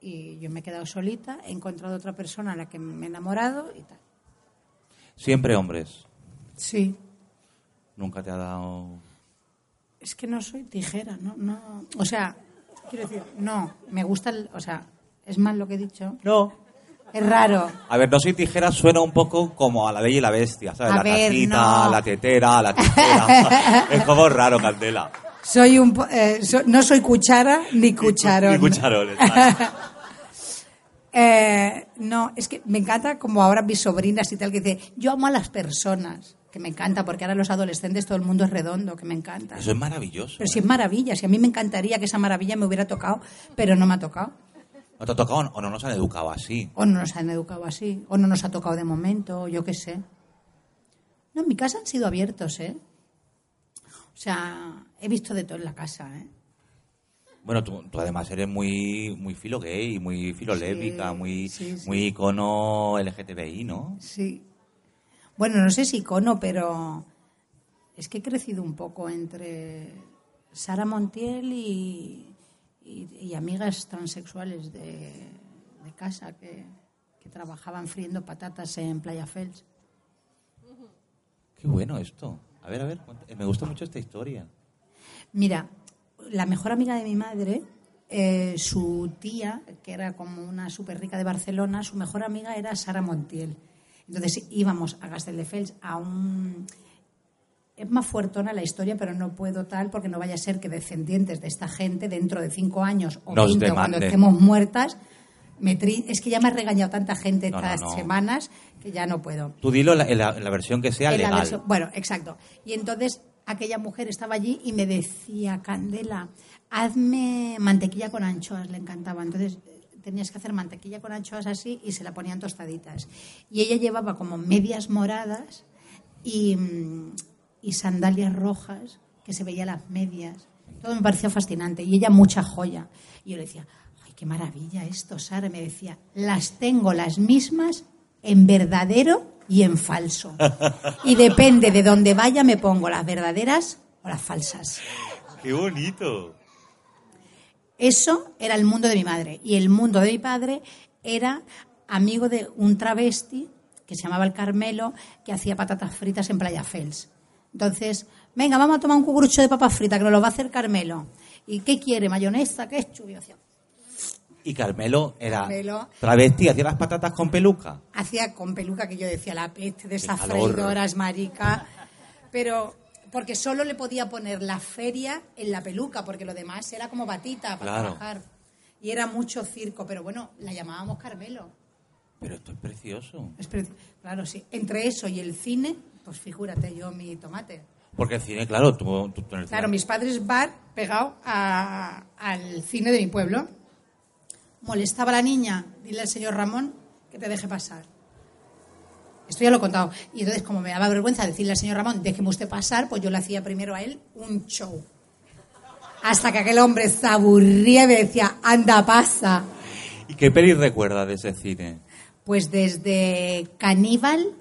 Speaker 4: y yo me he quedado solita. He encontrado otra persona a la que me he enamorado y tal.
Speaker 3: Siempre hombres.
Speaker 4: Sí.
Speaker 3: Nunca te ha dado.
Speaker 4: Es que no soy tijera, ¿no? no o sea, quiero decir, no. Me gusta, el- o sea, es mal lo que he dicho.
Speaker 3: No.
Speaker 4: Es raro.
Speaker 3: A ver, no soy tijera suena un poco como a la bella y la bestia, ¿sabes?
Speaker 4: A
Speaker 3: la
Speaker 4: ver,
Speaker 3: cajita,
Speaker 4: no.
Speaker 3: la tetera, la tijera. es como raro, Candela.
Speaker 4: Soy un, po- eh, so- no soy cuchara ni cucharón.
Speaker 3: Ni cucharones. vale.
Speaker 4: Eh, no, es que me encanta como ahora mis sobrinas y tal que dice, yo amo a las personas, que me encanta porque ahora los adolescentes todo el mundo es redondo, que me encanta.
Speaker 3: Eso es maravilloso.
Speaker 4: Pero si es maravilla, si a mí me encantaría que esa maravilla me hubiera tocado, pero no me ha tocado.
Speaker 3: ¿No te ha tocado o no nos han educado así?
Speaker 4: O no nos han educado así, o no nos ha tocado de momento, o yo qué sé. No, en mi casa han sido abiertos, ¿eh? O sea, he visto de todo en la casa, ¿eh?
Speaker 3: Bueno, tú, tú además eres muy, muy filo gay, muy filo lésbica, muy,
Speaker 4: sí, sí.
Speaker 3: muy icono LGTBI, ¿no?
Speaker 4: Sí. Bueno, no sé si icono, pero es que he crecido un poco entre Sara Montiel y, y- y amigas transexuales de, de casa que, que trabajaban friendo patatas en Playa Fels.
Speaker 3: Qué bueno esto. A ver, a ver, cuenta- eh, me gusta mucho esta historia.
Speaker 4: Mira, la mejor amiga de mi madre, eh, su tía, que era como una súper rica de Barcelona, su mejor amiga era Sara Montiel. Entonces íbamos a Castelldefels a un... Es más fuertona la historia, pero no puedo tal porque no vaya a ser que descendientes de esta gente dentro de cinco años o
Speaker 3: Nos
Speaker 4: 20 o
Speaker 3: demanden.
Speaker 4: cuando estemos muertas... me tri- Es que ya me ha regañado tanta gente
Speaker 3: No, no,
Speaker 4: estas
Speaker 3: no.
Speaker 4: semanas que ya no puedo.
Speaker 3: Tú dilo en la, en la- en la versión que sea
Speaker 4: En la
Speaker 3: legal.
Speaker 4: versión- bueno, exacto. Y entonces aquella mujer estaba allí y me decía, Candela, hazme mantequilla con anchoas, le encantaba. Entonces eh, tenías que hacer mantequilla con anchoas así y se la ponían tostaditas. Y ella llevaba como medias moradas y, mm, y sandalias rojas que se veía las medias. Todo me parecía fascinante y ella mucha joya. Y yo le decía, ay, qué maravilla esto, Sara. Y me decía, las tengo las mismas en verdadero y en falso. Y depende de dónde vaya, me pongo las verdaderas o las falsas.
Speaker 3: ¡Qué bonito!
Speaker 4: Eso era el mundo de mi madre. Y el mundo de mi padre era amigo de un travesti que se llamaba el Carmelo, que hacía patatas fritas en Playa Fels. Entonces, venga, vamos a tomar un cucurucho de papas fritas, que nos lo va a hacer Carmelo. ¿Y qué quiere? ¿Mayonesa? ¿Qué es Hacía,
Speaker 3: Y Carmelo era
Speaker 4: Carmelo.
Speaker 3: travesti, hacía las patatas con peluca.
Speaker 4: hacía con peluca, que yo decía, la peste de
Speaker 3: Qué
Speaker 4: esas
Speaker 3: calor.
Speaker 4: freidoras, marica. Pero, porque solo le podía poner la feria en la peluca, porque lo demás era como batita para
Speaker 3: Claro.
Speaker 4: trabajar. Y era mucho circo, pero bueno, la llamábamos Carmelo.
Speaker 3: Pero esto es precioso.
Speaker 4: Es pre- Claro, sí. Entre eso y el cine, pues figúrate yo mi tomate.
Speaker 3: Porque el cine, claro, tú, tú- tú en el
Speaker 4: Claro,
Speaker 3: cine-
Speaker 4: mis padres bar pegado a- al cine de mi pueblo. Molestaba a la niña, dile al señor Ramón que te deje pasar. Esto ya lo he contado. Y entonces, como me daba vergüenza decirle al señor Ramón, déjeme usted pasar, pues yo le hacía primero a él un show. Hasta que aquel hombre se aburría y me decía, anda, pasa.
Speaker 3: ¿Y qué peli recuerdas de ese cine?
Speaker 4: Pues desde Caníbal,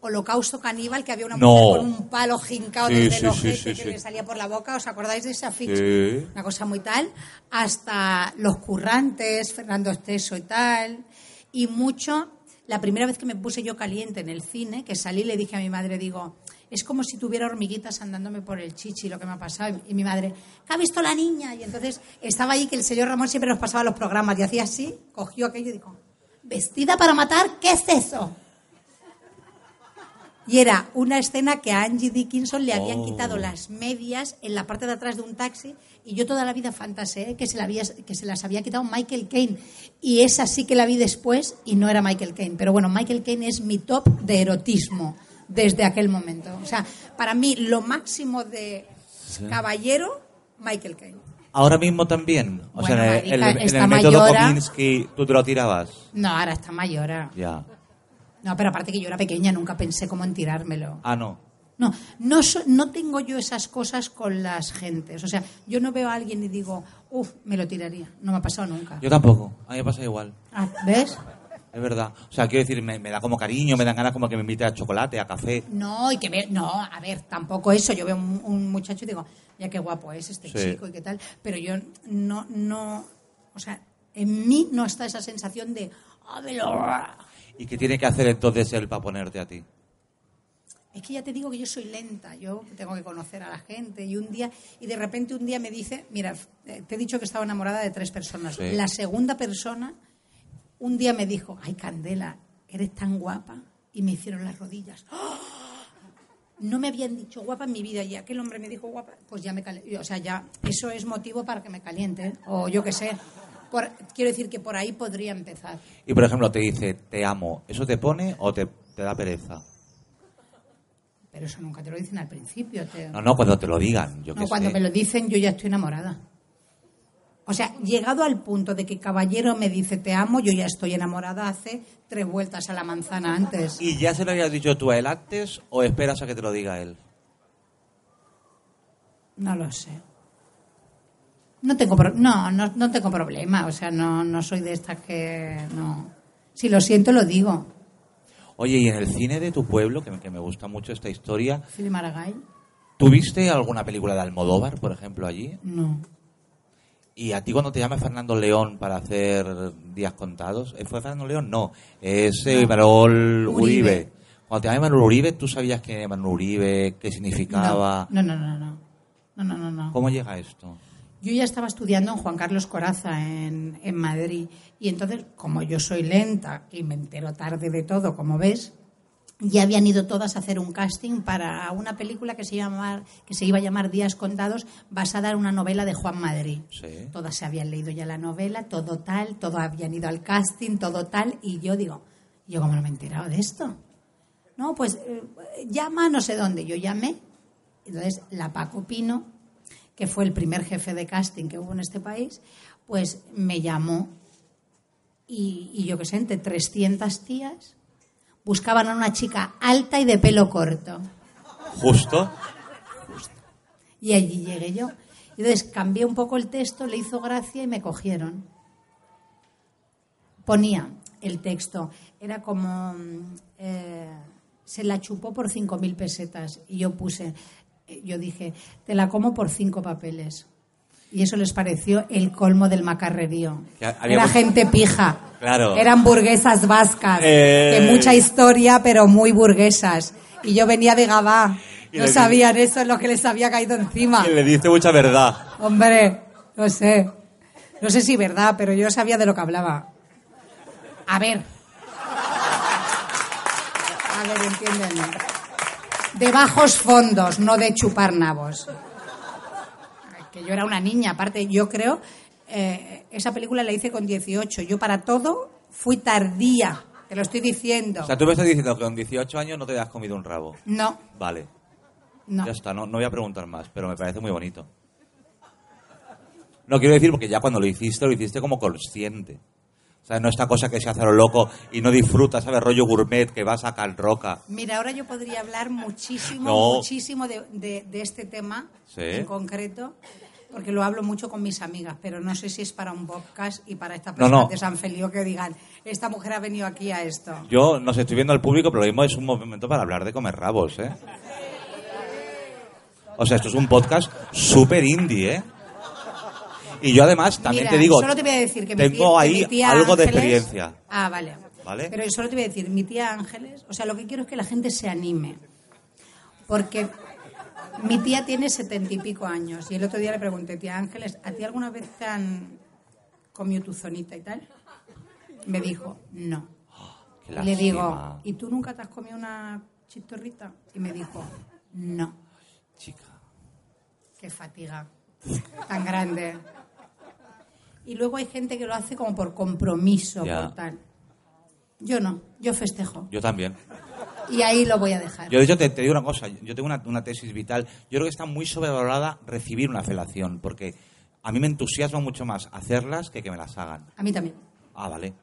Speaker 4: Holocausto Caníbal, que había una
Speaker 3: Ah. No.
Speaker 4: mujer con un palo jincado
Speaker 3: Sí,
Speaker 4: desde
Speaker 3: sí,
Speaker 4: el ojete
Speaker 3: sí, sí,
Speaker 4: que
Speaker 3: sí.
Speaker 4: le salía por la boca. ¿Os acordáis de ese afiche?
Speaker 3: Sí.
Speaker 4: Una cosa muy tal. Hasta Los Currantes, Fernando Esteso y tal. Y mucho. La primera vez que me puse yo caliente en el cine, que salí, le dije a mi madre, digo, es como si tuviera hormiguitas andándome por el chichi, lo que me ha pasado. Y mi madre, ¿qué ha visto la niña? Y entonces estaba ahí que el señor Ramón siempre nos pasaba los programas y hacía así, cogió aquello y dijo, ¿vestida para matar? ¿Qué es eso? Y era una escena que a Angie Dickinson le habían
Speaker 3: Oh.
Speaker 4: quitado las medias en la parte de atrás de un taxi y yo toda la vida fantaseé que se, la había- que se las había quitado Michael Caine. Y esa sí que la vi después y no era Michael Caine. Pero bueno, Michael Caine es mi top de erotismo desde aquel momento. O sea, para mí lo máximo de caballero, Michael Caine.
Speaker 3: Ahora mismo también. O
Speaker 4: Bueno,
Speaker 3: sea, en el- en,
Speaker 4: marica,
Speaker 3: el- en
Speaker 4: esta
Speaker 3: el método
Speaker 4: mayora-
Speaker 3: Kominsky tú te lo tirabas.
Speaker 4: No, ahora está mayor. ah.
Speaker 3: Ya.
Speaker 4: No, pero aparte que yo era pequeña, nunca pensé cómo en tirármelo.
Speaker 3: Ah, no.
Speaker 4: No, no, so- no tengo yo esas cosas con las gentes. O sea, yo no veo a alguien y digo, uff, me lo tiraría. No me ha pasado nunca.
Speaker 3: Yo tampoco. A mí me pasa igual.
Speaker 4: Ah, ¿Ves?
Speaker 3: Es verdad. O sea, quiero decir, me, me da como cariño, me dan ganas como que me invite a chocolate, a café.
Speaker 4: No, y que ve- no, a ver, tampoco eso. Yo veo un, un muchacho y digo, ya qué guapo es este
Speaker 3: Sí.
Speaker 4: chico y qué tal. Pero yo no, no, o sea, en mí no está esa sensación de, "Ah, me lo-".
Speaker 3: ¿Y qué tiene que hacer entonces él para ponerte a ti?
Speaker 4: Es que ya te digo que yo soy lenta, yo tengo que conocer a la gente y un día y de repente un día me dice, mira, eh, te he dicho que estaba enamorada de tres personas.
Speaker 3: Sí.
Speaker 4: La segunda persona un día me dijo, ay Candela, eres tan guapa y me hicieron las rodillas. ¡Oh! No me habían dicho guapa en mi vida y aquel hombre me dijo guapa, pues ya me caliente. O sea, ya eso es motivo para que me caliente ¿eh? o yo qué sé. Por- quiero decir que por ahí podría empezar.
Speaker 3: Y por ejemplo, te dice, te amo. ¿Eso te pone o te, te da pereza?
Speaker 4: Pero eso nunca te lo dicen al principio. te-
Speaker 3: No, no, cuando te lo digan. Yo
Speaker 4: No,
Speaker 3: qué
Speaker 4: cuando
Speaker 3: sé.
Speaker 4: me lo dicen yo ya estoy enamorada. O sea, llegado al punto de que caballero me dice te amo, yo ya estoy enamorada hace tres vueltas a la manzana antes.
Speaker 3: ¿Y ya se lo habías dicho tú a él antes o esperas a que te lo diga él?
Speaker 4: No lo sé. No tengo, pro- no, no, no tengo problema, o sea, no, no soy de estas que... No. Si lo siento, lo digo.
Speaker 3: Oye, y en el cine de tu pueblo, que, me- que me gusta mucho esta historia,
Speaker 4: Fili Maragall,
Speaker 3: ¿tuviste alguna película de Almodóvar, por ejemplo, allí?
Speaker 4: no.
Speaker 3: ¿Y a ti cuando te llama Fernando León para hacer Días Contados? ¿Eh, ¿Fue Fernando León? No, es eh, Manuel Uribe.
Speaker 4: Uribe.
Speaker 3: Cuando te llama Manuel Uribe, ¿tú sabías quién era Manuel Uribe? ¿Qué significaba?
Speaker 4: No, no, no, no. no. No, no, no, no.
Speaker 3: ¿Cómo llega esto?
Speaker 4: Yo ya estaba estudiando en Juan Carlos Coraza, en, en Madrid. Y entonces, como yo soy lenta y me entero tarde de todo, como ves, ya habían ido todas a hacer un casting para una película que se, llamar, que se iba a llamar Días Contados, basada en una novela de Juan Madrid.
Speaker 3: Sí.
Speaker 4: Todas se habían leído ya la novela, todo tal, todo habían ido al casting, todo tal. Y yo digo, ¿yo cómo no me he enterado de esto? No, pues eh, llama a no sé dónde. Yo llamé. Entonces, la Paco Pino, que fue el primer jefe de casting que hubo en este país, pues me llamó. Y, y yo qué sé, entre 300 tías buscaban a una chica alta y de pelo corto.
Speaker 3: ¿Justo?
Speaker 4: Y allí llegué yo. Y entonces cambié un poco el texto, le hizo gracia y me cogieron. Ponía el texto, era como. mm, eh, se la chupó por 5.000 pesetas. Y yo puse, eh, yo dije, te la como por cinco papeles. Y eso les pareció el colmo del macarrerío.
Speaker 3: Que había
Speaker 4: Era
Speaker 3: mucho-
Speaker 4: gente pija.
Speaker 3: Claro.
Speaker 4: Eran burguesas vascas.
Speaker 3: Eh.
Speaker 4: De mucha historia, pero muy burguesas. Y yo venía de Gabá.
Speaker 3: Y
Speaker 4: No
Speaker 3: les-
Speaker 4: sabían eso, es lo que les había caído encima.
Speaker 3: le dice mucha verdad.
Speaker 4: Hombre, no sé. No sé si verdad, pero yo sabía de lo que hablaba. A ver. A ver, entiéndeme. De bajos fondos, no de chupar nabos. Que yo era una niña, aparte, yo creo. eh, esa película la hice con 18. Yo para todo fui tardía. Te lo estoy diciendo.
Speaker 3: O sea, tú me estás diciendo que con 18 años no te has comido un rabo.
Speaker 4: No,
Speaker 3: Vale,
Speaker 4: no.
Speaker 3: ya está, no, no voy a preguntar más, pero me parece muy bonito. No quiero decir porque ya cuando lo hiciste, lo hiciste como consciente. O sea, no esta cosa que se hace a lo loco y no disfrutas, ¿sabes? Rollo gourmet, que vas a Cal Roca.
Speaker 4: Mira, ahora yo podría hablar muchísimo,
Speaker 3: No.
Speaker 4: muchísimo de, de- de este tema
Speaker 3: Sí.
Speaker 4: en concreto, porque lo hablo mucho con mis amigas, pero no sé si es para un podcast y para esta
Speaker 3: No,
Speaker 4: persona
Speaker 3: no.
Speaker 4: de San Feliu que digan, esta mujer ha venido aquí a esto.
Speaker 3: Yo no sé, estoy viendo al público, pero lo mismo es un momento para hablar de comer rabos, ¿eh? O sea, esto es un podcast súper indie, ¿eh? Y yo además también
Speaker 4: Mira,
Speaker 3: te digo,
Speaker 4: solo te voy a decir que mi tía-
Speaker 3: tengo
Speaker 4: que
Speaker 3: ahí
Speaker 4: mi tía
Speaker 3: algo de
Speaker 4: Ángeles-
Speaker 3: experiencia.
Speaker 4: Ah, vale.
Speaker 3: Vale.
Speaker 4: Pero solo te voy a decir, mi tía Ángeles, o sea, lo que quiero es que la gente se anime, porque mi tía tiene setenta y pico años y el otro día le pregunté, tía Ángeles, ¿a ti alguna vez te han comido tu zonita y tal? Me dijo, no.
Speaker 3: Qué
Speaker 4: Le
Speaker 3: lástima.
Speaker 4: digo, ¿y tú nunca te has comido una chitorrita. Y me dijo, no,
Speaker 3: Chica.
Speaker 4: qué fatiga tan grande. Y luego hay gente que lo hace como por compromiso,
Speaker 3: Ya.
Speaker 4: por tal. Yo no, yo festejo.
Speaker 3: Yo también.
Speaker 4: Y ahí lo voy a dejar.
Speaker 3: Yo de hecho te, te digo una cosa, yo tengo una, una tesis vital. Yo creo que está muy sobrevalorada recibir una felación, porque a mí me entusiasma mucho más hacerlas que que me las hagan.
Speaker 4: A mí también.
Speaker 3: Ah, vale.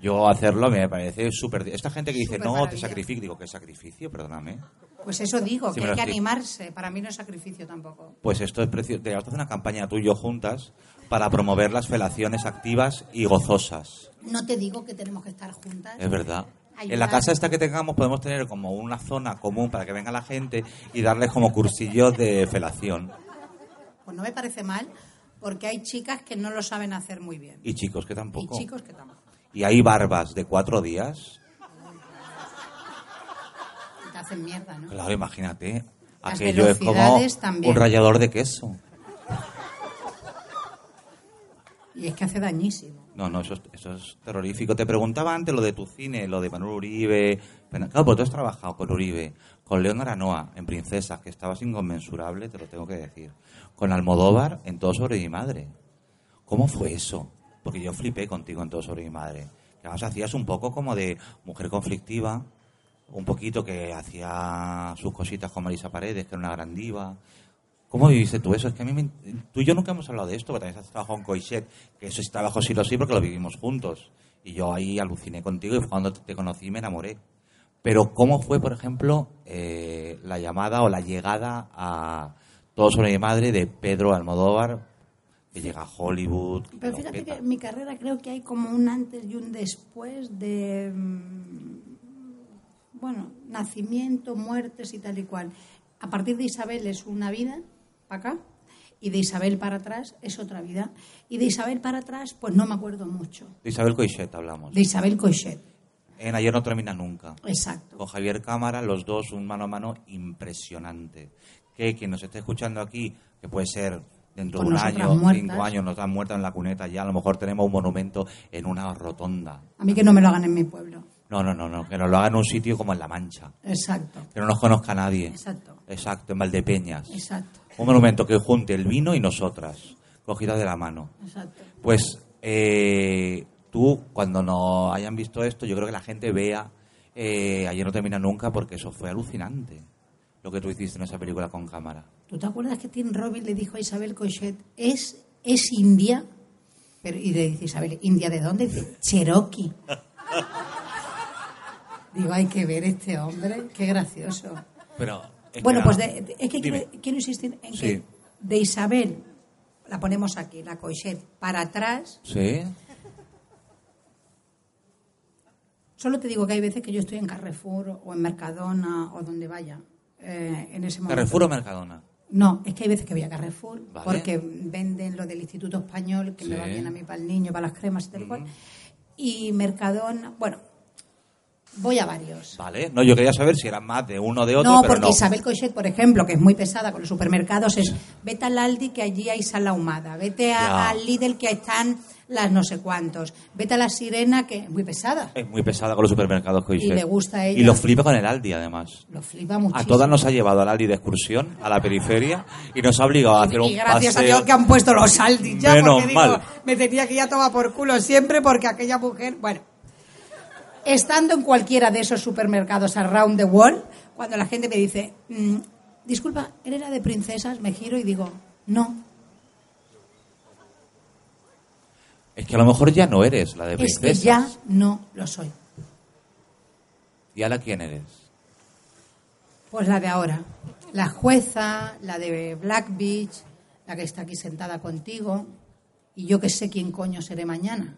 Speaker 3: Yo hacerlo me parece súper... Esta gente que dice,
Speaker 4: Súper
Speaker 3: no, te
Speaker 4: maravilla.
Speaker 3: sacrifico. Digo, ¿qué sacrificio? Perdóname.
Speaker 4: Pues eso digo,
Speaker 3: Sí,
Speaker 4: que
Speaker 3: me lo
Speaker 4: hay que
Speaker 3: explico.
Speaker 4: animarse. Para mí no es sacrificio tampoco.
Speaker 3: Pues esto es precioso. Te hacer una campaña tú y yo juntas para promover las felaciones activas y gozosas.
Speaker 4: No te digo que tenemos que estar juntas.
Speaker 3: Es verdad. En la
Speaker 4: Ayudar.
Speaker 3: casa esta que tengamos podemos tener como una zona común para que venga la gente y darles como cursillos de felación.
Speaker 4: Pues no me parece mal, porque hay chicas que no lo saben hacer muy bien.
Speaker 3: Y chicos que
Speaker 4: Y
Speaker 3: tampoco.
Speaker 4: chicos que tampoco.
Speaker 3: Y hay barbas de cuatro días.
Speaker 4: Y Te hacen mierda, ¿no?
Speaker 3: Claro, imagínate.
Speaker 4: Las
Speaker 3: Aquello es como
Speaker 4: velocidades también.
Speaker 3: un rallador de queso.
Speaker 4: Y es que hace dañísimo.
Speaker 3: No, no, eso es, eso es terrorífico. Te preguntaba antes lo de tu cine, lo de Manuel Uribe. Pero, claro, pues tú has trabajado con Uribe, con León Aranoa en Princesas, que estabas inconmensurable, te lo tengo que decir. Con Almodóvar en Todo sobre mi madre. ¿Cómo fue eso? Porque yo flipé contigo en Todo sobre mi madre. Que además hacías un poco como de mujer conflictiva, un poquito que hacía sus cositas con Marisa Paredes, que era una gran diva. ¿Cómo viviste tú eso? Es que a mí me- tú y yo nunca hemos hablado de esto, porque también has trabajado en Coixet, que eso es trabajo sí lo sí porque lo vivimos juntos. Y yo ahí aluciné contigo y fue cuando te conocí me enamoré. Pero ¿cómo fue, por ejemplo, eh, la llamada o la llegada a Todo sobre mi madre de Pedro Almodóvar, que llega a Hollywood? que
Speaker 4: Pero
Speaker 3: lo
Speaker 4: fíjate
Speaker 3: peta?
Speaker 4: que en mi carrera creo que hay como un antes y un después de. mm, Bueno, nacimiento, muertes y tal y cual. A partir de Isabel es una vida, para acá, y de Isabel para atrás es otra vida. Y de Isabel para atrás, pues no me acuerdo mucho.
Speaker 3: De Isabel Coixet hablamos.
Speaker 4: De Isabel Coixet,
Speaker 3: En Ayer no termina nunca.
Speaker 4: exacto.
Speaker 3: con Javier Cámara, los dos un mano a mano impresionante. Que quien nos esté escuchando aquí, que puede ser dentro
Speaker 4: Con
Speaker 3: de un
Speaker 4: nosotras
Speaker 3: año,
Speaker 4: muertas.
Speaker 3: cinco años, nos están muertas en la cuneta ya, a lo mejor tenemos un monumento en una rotonda.
Speaker 4: A mí que no me lo hagan en mi pueblo.
Speaker 3: No, no, no, no, que nos lo hagan en un sitio como en La Mancha,
Speaker 4: Exacto,
Speaker 3: que no nos conozca nadie.
Speaker 4: exacto,
Speaker 3: Exacto, en Valdepeñas.
Speaker 4: exacto,
Speaker 3: Un monumento que junte el vino y nosotras, cogidas de la mano.
Speaker 4: exacto.
Speaker 3: Pues eh, tú, cuando no hayan visto esto, yo creo que la gente vea eh, Ayer no termina nunca porque eso fue alucinante, lo que tú hiciste en esa película con cámara.
Speaker 4: ¿Tú te acuerdas que Tim Robbins le dijo a Isabel Cochet, es, es india? Pero, y le dice Isabel, ¿india de dónde? Dice, Cherokee. Digo, hay que ver este hombre, qué gracioso.
Speaker 3: Pero, es
Speaker 4: bueno,
Speaker 3: que
Speaker 4: pues
Speaker 3: era-
Speaker 4: de- de- es que
Speaker 3: Dime.
Speaker 4: quiero, quiero insistir en
Speaker 3: Sí.
Speaker 4: que de Isabel, la ponemos aquí, la Cochet, para atrás,
Speaker 3: ¿Sí?
Speaker 4: solo te digo que hay veces que yo estoy en Carrefour o en Mercadona o donde vaya. eh, en ese momento.
Speaker 3: Carrefour o Mercadona.
Speaker 4: No, es que hay veces que voy a Carrefour
Speaker 3: Vale.
Speaker 4: porque venden lo del Instituto Español, que me
Speaker 3: Sí.
Speaker 4: va bien a mí para el niño, para las cremas y tal y cual. Y Mercadona, bueno, voy a varios.
Speaker 3: Vale, no, yo quería saber si eran más de uno o de otro,
Speaker 4: no,
Speaker 3: pero
Speaker 4: porque
Speaker 3: no.
Speaker 4: Isabel Cochet, por ejemplo, que es muy pesada con los supermercados, es vete al Aldi que allí hay sal ahumada, vete
Speaker 3: Ya.
Speaker 4: a- al Lidl que están las no sé cuántos, vete a la Sirena que es muy pesada,
Speaker 3: Es muy pesada con los supermercados que
Speaker 4: Y le gusta a ella.
Speaker 3: Y lo flipa con el Aldi, además.
Speaker 4: lo flipa muchísimo.
Speaker 3: A todas nos ha llevado al Aldi de excursión, a la periferia, y nos ha obligado a hacer un
Speaker 4: y gracias
Speaker 3: paseo.
Speaker 4: a Dios que han puesto los Aldi ya,
Speaker 3: Menos
Speaker 4: porque digo,
Speaker 3: mal.
Speaker 4: me tenía que ir a tomar por culo siempre porque aquella mujer, bueno, estando en cualquiera de esos supermercados around the world, cuando la gente me dice, mm, disculpa, ¿eres la de princesas? Me giro y digo, no,
Speaker 3: Es que a lo mejor ya no eres la de
Speaker 4: es
Speaker 3: princesas.
Speaker 4: que ya no lo soy.
Speaker 3: ¿Y ahora quién eres?
Speaker 4: Pues la de ahora, la jueza, la de Black Beach, la que está aquí sentada contigo, y yo que sé quién coño seré mañana.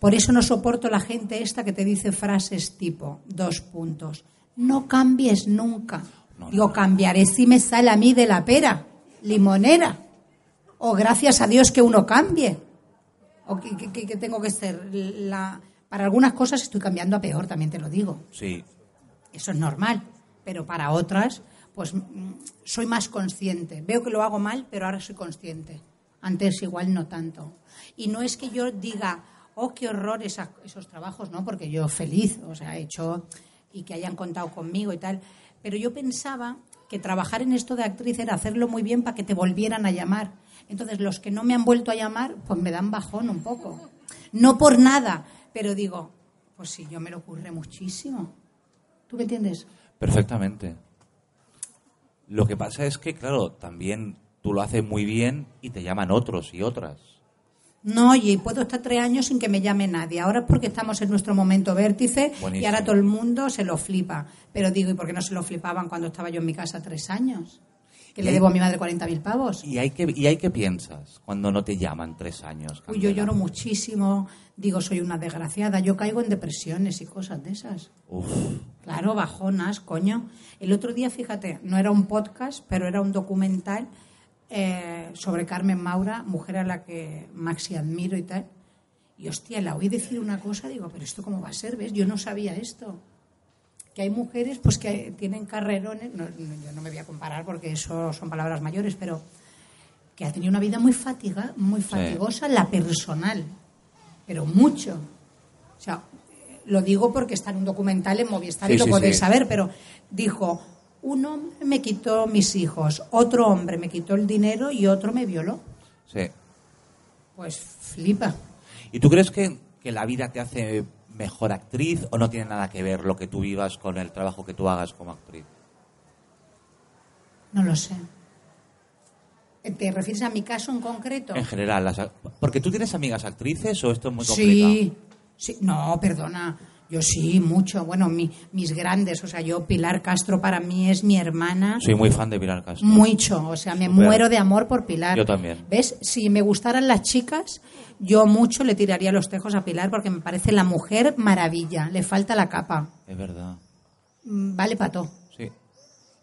Speaker 4: Por eso no soporto la gente esta que te dice frases tipo, dos puntos, no cambies nunca.
Speaker 3: No,
Speaker 4: Digo,
Speaker 3: no.
Speaker 4: cambiaré si me sale a mí de la pera, limonera, o gracias a Dios que uno cambie, o que, que- que- que tengo que ser la... Para algunas cosas estoy cambiando a peor, también te lo digo.
Speaker 3: Sí,
Speaker 4: Eso es normal, pero para otras, pues mm, soy más consciente. Veo que lo hago mal, pero ahora soy consciente. Antes igual no tanto. Y no es que yo diga, oh, qué horror esa- esos trabajos, ¿no? Porque yo feliz, o sea, he hecho y que hayan contado conmigo y tal. Pero yo pensaba que trabajar en esto de actriz era hacerlo muy bien para que te volvieran a llamar. Entonces, los que no me han vuelto a llamar, pues me dan bajón un poco. No por nada, pero digo, pues sí, yo me lo ocurre muchísimo. ¿Tú me entiendes?
Speaker 3: Perfectamente. Lo que pasa es que, claro, también tú lo haces muy bien y te llaman otros y otras.
Speaker 4: No, oye, puedo estar tres años sin que me llame nadie. Ahora es porque estamos en nuestro momento vértice y
Speaker 3: Buenísimo.
Speaker 4: ahora todo el mundo se lo flipa. Pero digo, ¿y por qué no se lo flipaban cuando estaba yo en mi casa tres años? Que le
Speaker 3: Y-
Speaker 4: debo a mi madre 40.000 pavos.
Speaker 3: ¿Y hay que, y hay que piensas cuando no te llaman tres años?
Speaker 4: Uy, yo
Speaker 3: Candela?
Speaker 4: lloro muchísimo, digo, soy una desgraciada, yo caigo en depresiones y cosas de esas.
Speaker 3: Uf.
Speaker 4: Claro, bajonas, coño. El otro día, fíjate, no era un podcast, pero era un documental eh, sobre Carmen Maura, mujer a la que maxi admiro y tal. Y hostia, la oí decir una cosa, digo, pero esto cómo va a ser, ¿ves? Yo no sabía esto. Que hay mujeres pues que tienen carrerones, no, no, yo no me voy a comparar porque eso son palabras mayores, pero que ha tenido una vida muy fatiga, muy fatigosa, la personal, pero mucho. O sea, lo digo porque está en un documental en Movistar y
Speaker 3: Sí,
Speaker 4: lo
Speaker 3: sí,
Speaker 4: podéis
Speaker 3: sí.
Speaker 4: saber, pero dijo, un hombre me quitó mis hijos, otro hombre me quitó el dinero y otro me violó.
Speaker 3: Sí.
Speaker 4: Pues flipa.
Speaker 3: ¿Y tú crees que, que la vida te hace mejor actriz o no tiene nada que ver lo que tú vivas con el trabajo que tú hagas como actriz?
Speaker 4: No lo sé. ¿Te refieres a mi caso en concreto?
Speaker 3: En general, las, ac- porque tú tienes amigas actrices o esto es muy complicado.
Speaker 4: sí, sí, no, perdona. Yo sí, mucho. Bueno, mi- mis grandes. O sea, yo, Pilar Castro para mí es mi hermana.
Speaker 3: Soy muy fan de Pilar Castro.
Speaker 4: Mucho, o sea, me
Speaker 3: Súper.
Speaker 4: muero de amor por Pilar.
Speaker 3: Yo también.
Speaker 4: ¿Ves? Si me gustaran las chicas, yo mucho le tiraría los tejos a Pilar porque me parece la mujer maravilla. Le falta la capa.
Speaker 3: Es verdad.
Speaker 4: Mm, Vale, pato.
Speaker 3: Sí.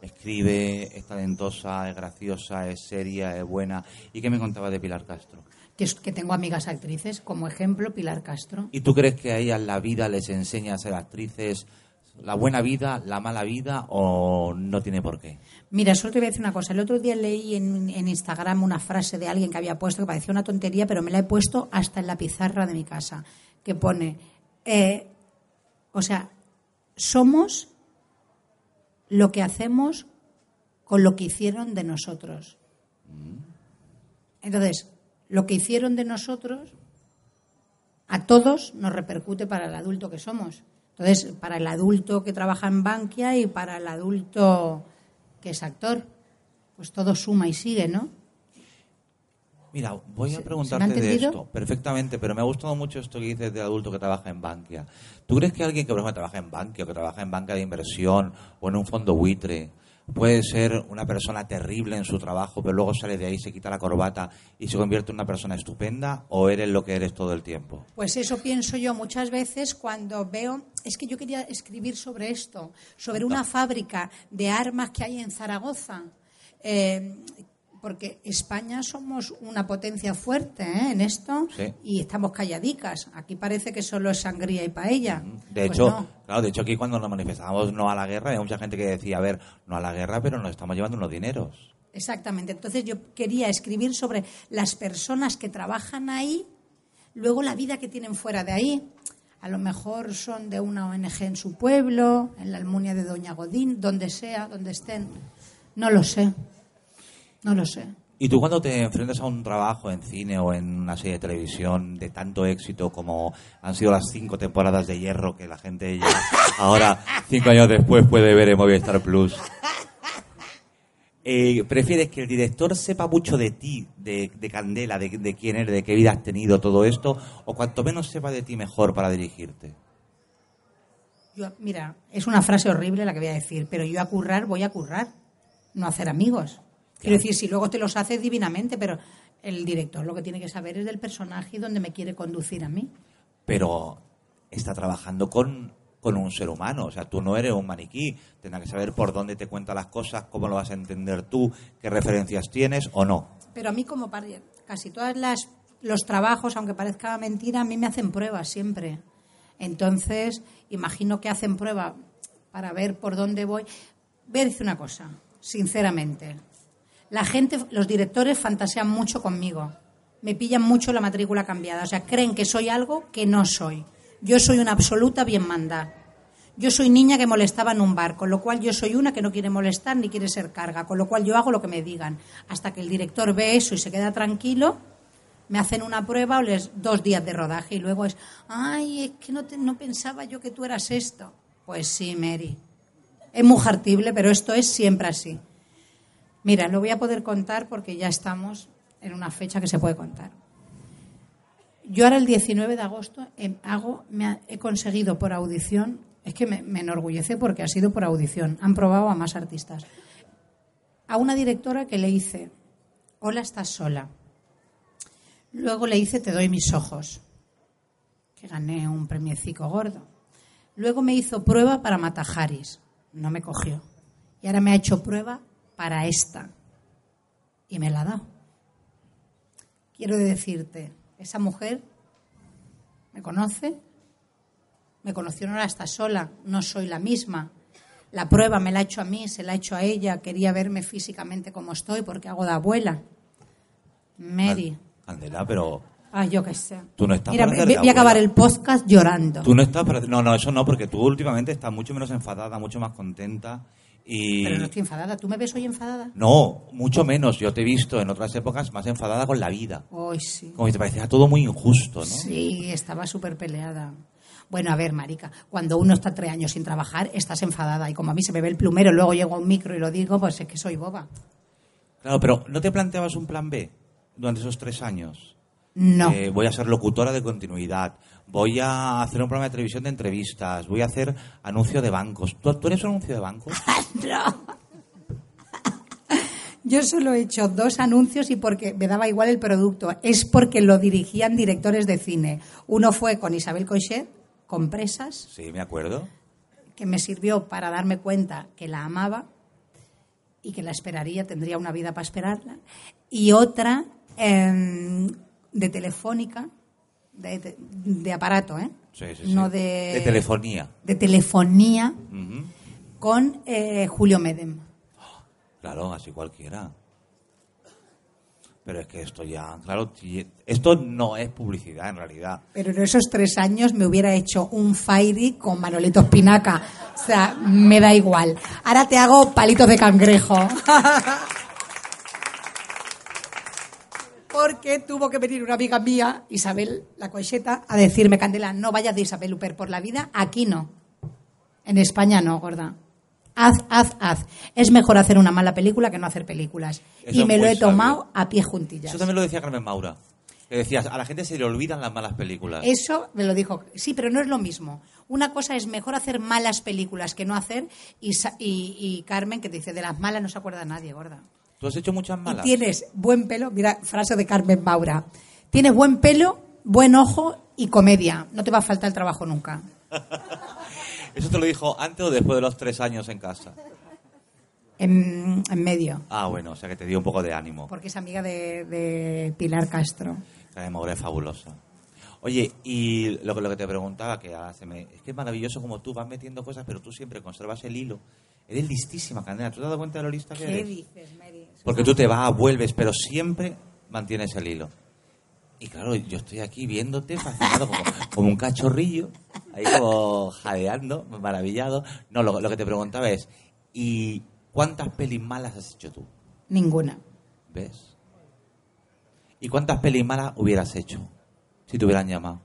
Speaker 3: Escribe, es talentosa, es graciosa, es seria, es buena. ¿Y qué me contaba de Pilar Castro?
Speaker 4: Que, es- que tengo amigas actrices, como ejemplo, Pilar Castro.
Speaker 3: ¿Y tú crees que a ellas la vida les enseña a ser actrices la buena vida, la mala vida o no tiene por qué?
Speaker 4: Mira, solo te voy a decir una cosa. El otro día leí en, en Instagram una frase de alguien que había puesto que parecía una tontería, pero me la he puesto hasta en la pizarra de mi casa, que pone, eh, o sea, somos lo que hacemos con lo que hicieron de nosotros. Entonces, lo que hicieron de nosotros a todos nos repercute para el adulto que somos. Entonces, para el adulto que trabaja en Bankia y para el adulto que es actor, pues todo suma y sigue, ¿no?
Speaker 3: Mira, voy
Speaker 4: ¿Se-
Speaker 3: a
Speaker 4: se me ha
Speaker 3: preguntarte de
Speaker 4: entendido?
Speaker 3: esto perfectamente, pero me ha gustado mucho esto que dices de adulto que trabaja en Bankia. ¿Tú crees que alguien que, por ejemplo, trabaja en Bankia o que trabaja en banca de inversión o en un fondo buitre puede ser una persona terrible en su trabajo, pero luego sale de ahí, se quita la corbata y se convierte en una persona estupenda o eres lo que eres todo el tiempo?
Speaker 4: Pues eso pienso yo muchas veces cuando veo, es que yo quería escribir sobre esto, sobre una fábrica de armas que hay en Zaragoza, eh, porque España somos una potencia fuerte ¿eh? en esto
Speaker 3: Sí.
Speaker 4: y estamos calladicas. Aquí parece que solo es sangría y paella.
Speaker 3: De
Speaker 4: Pues
Speaker 3: hecho,
Speaker 4: no.
Speaker 3: claro, de hecho aquí cuando nos manifestábamos no a la guerra, había mucha gente que decía, a ver, no a la guerra, pero nos estamos llevando unos dineros.
Speaker 4: Exactamente. Entonces yo quería escribir sobre las personas que trabajan ahí, luego la vida que tienen fuera de ahí. A lo mejor son de una ONG en su pueblo, en la Almunia de Doña Godín, donde sea, donde estén. No lo sé. No lo sé.
Speaker 3: ¿Y tú cuando te enfrentas a un trabajo en cine o en una serie de televisión de tanto éxito como han sido las cinco temporadas de Hierro que la gente ya ahora, cinco años después, puede ver en Movistar Plus? Eh, ¿Prefieres que el director sepa mucho de ti, de, de Candela, de, de quién eres, de qué vida has tenido, todo esto? ¿O cuanto menos sepa de ti, mejor para dirigirte?
Speaker 4: Yo- mira, es una frase horrible la que voy a decir, pero yo a currar voy a currar, no a hacer amigos. Quiero decir, si luego te los haces divinamente, pero el director lo que tiene que saber es del personaje y dónde me quiere conducir a mí.
Speaker 3: pero está trabajando con, con un ser humano. O sea, tú no eres un maniquí. Tendrás que saber por dónde te cuenta las cosas, cómo lo vas a entender tú, qué referencias tienes o no.
Speaker 4: Pero a mí como par- casi todas las los trabajos, aunque parezca mentira, a mí me hacen pruebas siempre. Entonces, imagino que hacen prueba para ver por dónde voy. Ver dice una cosa, sinceramente. La gente, los directores fantasean mucho conmigo. Me pillan mucho la matrícula cambiada, o sea, creen que soy algo que no soy. Yo soy una absoluta bienmandad. Yo soy niña que molestaba en un bar, con lo cual yo soy una que no quiere molestar ni quiere ser carga, con lo cual yo hago lo que me digan. Hasta que el director ve eso y se queda tranquilo, me hacen una prueba o les dos días de rodaje y luego es, ay, es que no, te- no pensaba yo que tú eras esto. Pues sí, Mary. Es muy hartible, pero esto es siempre así. Mira, lo voy a poder contar porque ya estamos en una fecha que se puede contar. Yo ahora el 19 de agosto em, hago, me ha- he conseguido por audición, es que me, me enorgullece porque ha sido por audición, han probado a más artistas, a una directora que le hice, hola, estás sola. Luego le hice, te doy mis ojos, que gané un premiecico gordo. Luego me hizo prueba para Matajaris, no me cogió. Y ahora me ha hecho prueba para esta y me la ha dado quiero decirte, esa mujer me conoce, me conoció no ahora está sola, no soy la misma. La prueba me la ha hecho a mí, se la ha hecho a ella, quería verme físicamente como estoy porque hago de abuela. Mary.
Speaker 3: Candela, pero
Speaker 4: Ah, yo qué sé.
Speaker 3: Tú no estás
Speaker 4: Mira,
Speaker 3: para hacer
Speaker 4: voy
Speaker 3: de
Speaker 4: voy a acabar
Speaker 3: abuela.
Speaker 4: el podcast llorando.
Speaker 3: tú no estás para... No, no, eso no, porque tú últimamente estás mucho menos enfadada, mucho más contenta y...
Speaker 4: Pero no estoy enfadada. ¿Tú me ves hoy enfadada?
Speaker 3: No, mucho menos. Yo te he visto en otras épocas más enfadada con la vida.
Speaker 4: Hoy sí.
Speaker 3: Como que te parecía todo muy injusto, ¿no?
Speaker 4: Sí, estaba súper peleada. Bueno, a ver, marica, cuando uno está tres años sin trabajar, estás enfadada. Y como a mí se me ve el plumero, luego llego a un micro y lo digo, pues es que soy boba.
Speaker 3: Claro, pero ¿no te planteabas un plan B durante esos tres años?
Speaker 4: No.
Speaker 3: Eh, voy a ser locutora de continuidad, voy a hacer un programa de televisión de entrevistas, voy a hacer anuncio de bancos. ¿Tú, tú eres un anuncio de bancos?
Speaker 4: No. Yo solo he hecho dos anuncios y porque me daba igual el producto. Es porque lo dirigían directores de cine. Uno fue con Isabel Coixet, con Presas,
Speaker 3: Sí, me acuerdo.
Speaker 4: que me sirvió para darme cuenta que la amaba y que la esperaría, tendría una vida para esperarla. Y otra em, de telefónica, de, de- de aparato, ¿eh?
Speaker 3: Sí, sí, sí.
Speaker 4: No de,
Speaker 3: De telefonía.
Speaker 4: de telefonía
Speaker 3: Ujú.
Speaker 4: con eh, Julio Medem.
Speaker 3: Claro, así cualquiera. Pero es que esto ya, claro, ti- esto no es publicidad en realidad.
Speaker 4: Pero en esos tres años me hubiera hecho un Fairy con Manolito Espinaca. O sea, me da igual. Ahora te hago palitos de cangrejo. Porque tuvo que venir una amiga mía, Isabel La Coixeta, a decirme, Candela, no vayas de Isabel Luper por la vida, aquí no. En España no, gorda. Haz, haz, haz. Es mejor hacer una mala película que no hacer películas.
Speaker 3: Eso
Speaker 4: y me
Speaker 3: es
Speaker 4: lo
Speaker 3: muy
Speaker 4: he tomado
Speaker 3: sabio.
Speaker 4: a pie juntillas.
Speaker 3: Eso también lo decía Carmen Maura. Que decías, a la gente se le olvidan las malas películas.
Speaker 4: Eso me lo dijo. Sí, pero no es lo mismo. Una cosa es mejor hacer malas películas que no hacer y, sa- y- y Carmen que te dice de las malas no se acuerda nadie, gorda.
Speaker 3: Tú has hecho muchas
Speaker 4: Y
Speaker 3: malas.
Speaker 4: tienes buen pelo, mira, frase de Carmen Maura. Tienes buen pelo, buen ojo y comedia. No te va a faltar el trabajo nunca.
Speaker 3: ¿Eso te lo dijo antes o después de los tres años en casa?
Speaker 4: En, en medio.
Speaker 3: Ah, bueno, o sea que te dio un poco de ánimo.
Speaker 4: Porque es amiga de, de Pilar Castro.
Speaker 3: Carmen Maura es fabulosa. Oye, y lo, que- lo que te preguntaba, que ahora se me... Es que es maravilloso como tú vas metiendo cosas, pero tú siempre conservas el hilo. Eres listísima, Candela. ¿Tú te has dado cuenta de lo lista que eres?
Speaker 4: dices, Mary?
Speaker 3: Porque tú te vas, vuelves, pero siempre mantienes el hilo. Y claro, yo estoy aquí viéndote fascinado como, como un cachorrillo, ahí como jadeando, maravillado. No, lo, lo que te preguntaba es, ¿y cuántas pelis malas has hecho tú?
Speaker 4: Ninguna.
Speaker 3: ¿Ves? ¿Y cuántas pelis malas hubieras hecho si te hubieran llamado?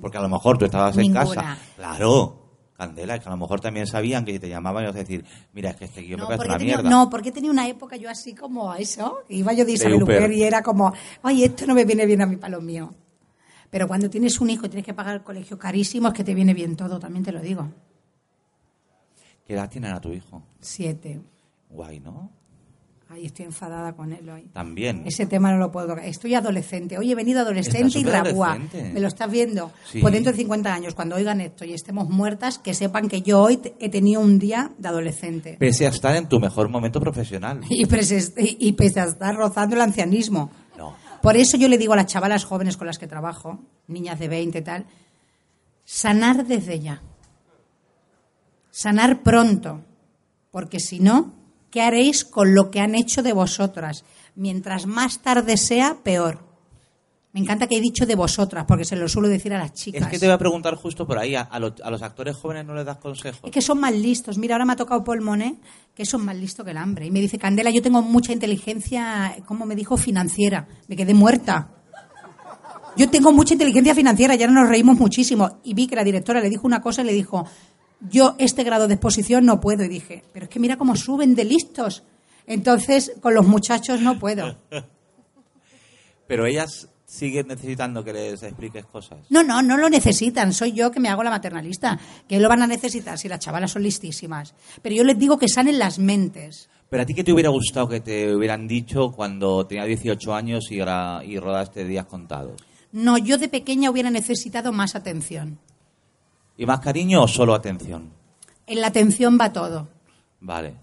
Speaker 3: Porque a lo mejor tú estabas
Speaker 4: Ninguna.
Speaker 3: en casa. Claro, Candela, que a lo mejor también sabían que si te llamaban ibas a decir, mira, es que este guión
Speaker 4: No
Speaker 3: me parece
Speaker 4: porque,
Speaker 3: una
Speaker 4: tenía,
Speaker 3: mierda.
Speaker 4: no, porque tenía una época yo así como a eso. que Iba yo de Isabel
Speaker 3: Uper.
Speaker 4: Uper y era como, ay, esto no me viene bien a mi palo mío. Pero cuando tienes un hijo y tienes que pagar el colegio carísimo, es que te viene bien todo, también te lo digo.
Speaker 3: ¿Qué edad tienen a tu hijo?
Speaker 4: Siete.
Speaker 3: Guay, ¿no?
Speaker 4: Ay, estoy enfadada con él hoy.
Speaker 3: También.
Speaker 4: Ese tema no lo puedo tocar. Estoy adolescente. Hoy he venido adolescente
Speaker 3: Estás
Speaker 4: y rabua.
Speaker 3: superadolescente.
Speaker 4: Me lo estás viendo.
Speaker 3: Sí.
Speaker 4: Por dentro de 50 años, cuando oigan esto y estemos muertas, que sepan que yo hoy te- he tenido un día de adolescente.
Speaker 3: Pese a estar en tu mejor momento profesional.
Speaker 4: Y, pres- y pese a estar rozando el ancianismo.
Speaker 3: No.
Speaker 4: Por eso yo le digo a las chavalas jóvenes con las que trabajo, niñas de 20 y tal, sanar desde ya. Sanar pronto. Porque si no, ¿qué haréis con lo que han hecho de vosotras? Mientras más tarde sea, peor. Me encanta que he dicho de vosotras, porque se lo suelo decir a las chicas.
Speaker 3: Es que te voy a preguntar justo por ahí. A, a los, a los actores jóvenes no les das consejos.
Speaker 4: Es que son más listos. Mira, ahora me ha tocado Paul Monet, que son más listos que el hambre. Y me dice, Candela, yo tengo mucha inteligencia, como me dijo, financiera. Me quedé muerta. Yo tengo mucha inteligencia financiera, ya nos reímos muchísimo. Y vi que la directora le dijo una cosa y le dijo, yo este grado de exposición no puedo. Y dije, pero es que mira cómo suben de listos. Entonces, con los muchachos no puedo.
Speaker 3: Pero ellas siguen necesitando que les expliques cosas.
Speaker 4: No, no, no lo necesitan. Soy yo que me hago la maternalista. Que lo van a necesitar si las chavalas son listísimas. Pero yo les digo que salen las mentes.
Speaker 3: Pero a ti, ¿qué te hubiera gustado que te hubieran dicho cuando tenías 18 años y, ahora- y rodaste Días Contados?
Speaker 4: No, yo de pequeña hubiera necesitado más atención.
Speaker 3: ¿Y más cariño o solo atención?
Speaker 4: En la atención va todo.
Speaker 3: Vale.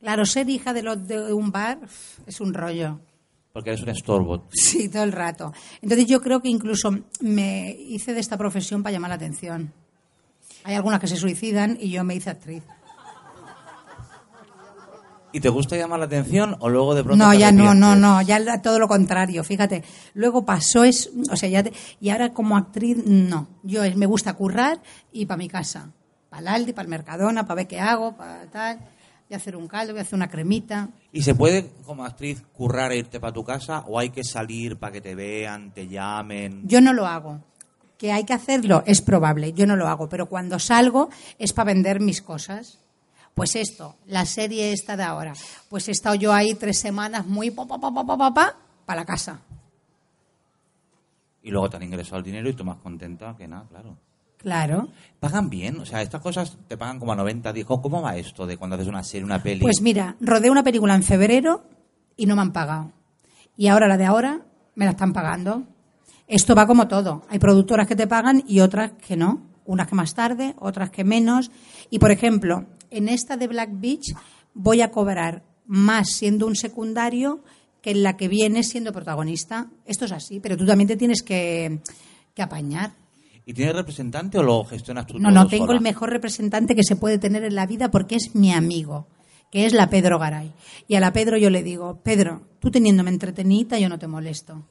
Speaker 4: Claro, ser hija de, los de un bar uf, es un rollo.
Speaker 3: Porque eres un estorbo.
Speaker 4: Sí, todo el rato. Entonces yo creo que incluso me hice de esta profesión para llamar la atención. Hay algunas que se suicidan y yo me hice actriz.
Speaker 3: ¿Y te gusta llamar la atención o luego de pronto.?
Speaker 4: No,
Speaker 3: te
Speaker 4: ya no, no,
Speaker 3: arrepientes?
Speaker 4: no, ya la- todo lo contrario, fíjate. Luego pasó es, o sea, ya te- y ahora como actriz no. Yo eh, me gusta currar y para mi casa, para el Aldi, para el Mercadona, para ver qué hago, para tal, voy a hacer un caldo, voy a hacer una cremita.
Speaker 3: ¿Y se puede como actriz currar e irte para tu casa o hay que salir para que te vean, te llamen?
Speaker 4: Yo no lo hago. Que hay que hacerlo es probable, yo no lo hago, pero cuando salgo es para vender mis cosas. Pues esto, la serie esta de ahora. Pues he estado yo ahí tres semanas muy pa pa pa pa pa pa para la casa.
Speaker 3: Y luego te han ingresado el dinero y tú más contenta que nada, claro.
Speaker 4: Claro.
Speaker 3: ¿Pagan bien? O sea, estas cosas te pagan como a 90, dijo ¿Cómo va esto de cuando haces una serie, una peli?
Speaker 4: Pues mira, rodé una película en febrero y no me han pagado. Y ahora la de ahora me la están pagando. Esto va como todo. Hay productoras que te pagan y otras que no. Unas que más tarde, otras que menos. Y por ejemplo, en esta de Black Beach voy a cobrar más siendo un secundario que en la que viene siendo protagonista. Esto es así, pero tú también te tienes que, que apañar.
Speaker 3: ¿Y tienes representante o lo gestionas tú
Speaker 4: No,
Speaker 3: todo
Speaker 4: no, tengo
Speaker 3: sola?
Speaker 4: el mejor representante que se puede tener en la vida porque es mi amigo, que es la Pedro Garay. Y a la Pedro yo le digo, Pedro, tú teniéndome entretenida, yo no te molesto.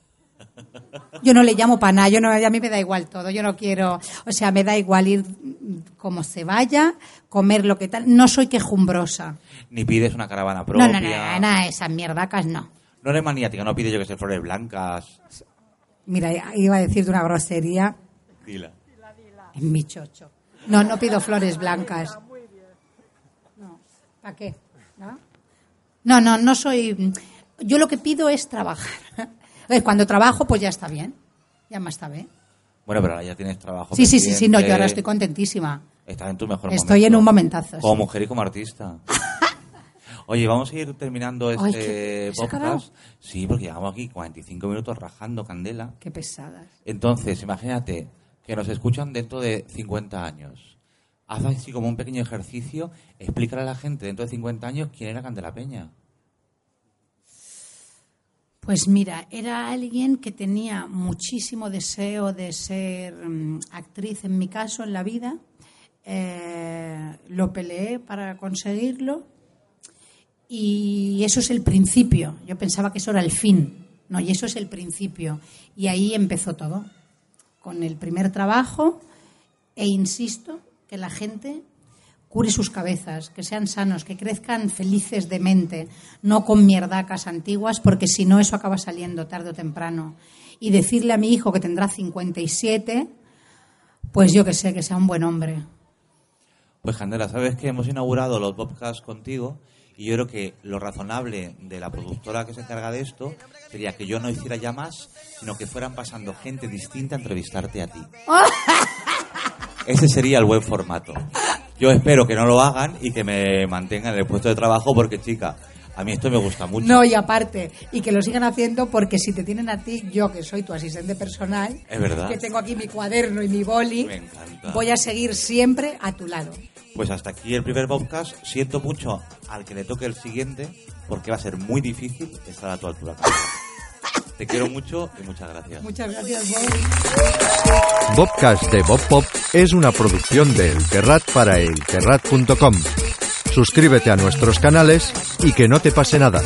Speaker 4: Yo no le llamo para nada, yo no, a mí me da igual todo, yo no quiero, o sea, me da igual ir mm, como se vaya, comer lo que tal, no soy quejumbrosa.
Speaker 3: Ni pides una caravana
Speaker 4: No,
Speaker 3: propia.
Speaker 4: no, no, no, no, esas mierdacas no.
Speaker 3: No eres maniática, no pides yo que sé flores blancas.
Speaker 4: Mira, iba a decirte una grosería
Speaker 3: Dila.
Speaker 4: en mi chocho. No, no pido flores blancas. No, ¿para qué? ¿No? no, no, no soy. Yo lo que pido es trabajar. Entonces, cuando trabajo, pues ya está bien. Ya más está bien.
Speaker 3: Bueno, pero ahora ya tienes trabajo.
Speaker 4: Sí, sí, sí, sí, no, yo ahora
Speaker 3: pendiente.
Speaker 4: estoy contentísima.
Speaker 3: Estás en tu mejor momento.
Speaker 4: Estoy en un momentazo,
Speaker 3: Como
Speaker 4: sí.
Speaker 3: mujer y como artista. Oye, vamos a ir terminando
Speaker 4: Ay,
Speaker 3: este
Speaker 4: ¿qué? ¿Se ha acabado?
Speaker 3: podcast. Sí, porque llevamos aquí 45 minutos rajando candela.
Speaker 4: Qué pesadas.
Speaker 3: Entonces, imagínate que nos escuchan dentro de 50 años. Haz así como un pequeño ejercicio, explícale a la gente dentro de 50 años quién era Candela Peña.
Speaker 4: Pues mira, era alguien que tenía muchísimo deseo de ser mm, actriz, en mi caso, en la vida. Eh, lo peleé para conseguirlo y eso es el principio. Yo pensaba que eso era el fin, no, y eso es el principio. Y ahí empezó todo, con el primer trabajo e insisto que la gente cure sus cabezas, que sean sanos, que crezcan felices de mente, no con mierdacas antiguas, porque si no eso acaba saliendo tarde o temprano. Y decirle a mi hijo que tendrá 57, pues yo que sé, que sea un buen hombre.
Speaker 3: Pues Candela, sabes que hemos inaugurado los podcasts contigo y yo creo que lo razonable de la productora que se encarga de esto sería que yo no hiciera ya más, sino que fueran pasando gente distinta a entrevistarte a ti. Ese sería el buen formato. Yo espero que no lo hagan y que me mantengan en el puesto de trabajo porque, chica, a mí esto me gusta mucho.
Speaker 4: No, y aparte, y que lo sigan haciendo porque si te tienen a ti, yo que soy tu asistente personal,
Speaker 3: Es verdad.
Speaker 4: que tengo aquí mi cuaderno y mi boli,
Speaker 3: Me encanta.
Speaker 4: voy a seguir siempre a tu lado.
Speaker 3: Pues hasta aquí el primer podcast. Siento mucho al que le toque el siguiente, porque va a ser muy difícil estar a tu altura. Carlos. Te quiero mucho y muchas gracias.
Speaker 4: Muchas gracias, Bob.
Speaker 1: Bobcast de Bob Pop es una producción de El Terrat para elterrat.com. Suscríbete a nuestros canales y que no te pase nada.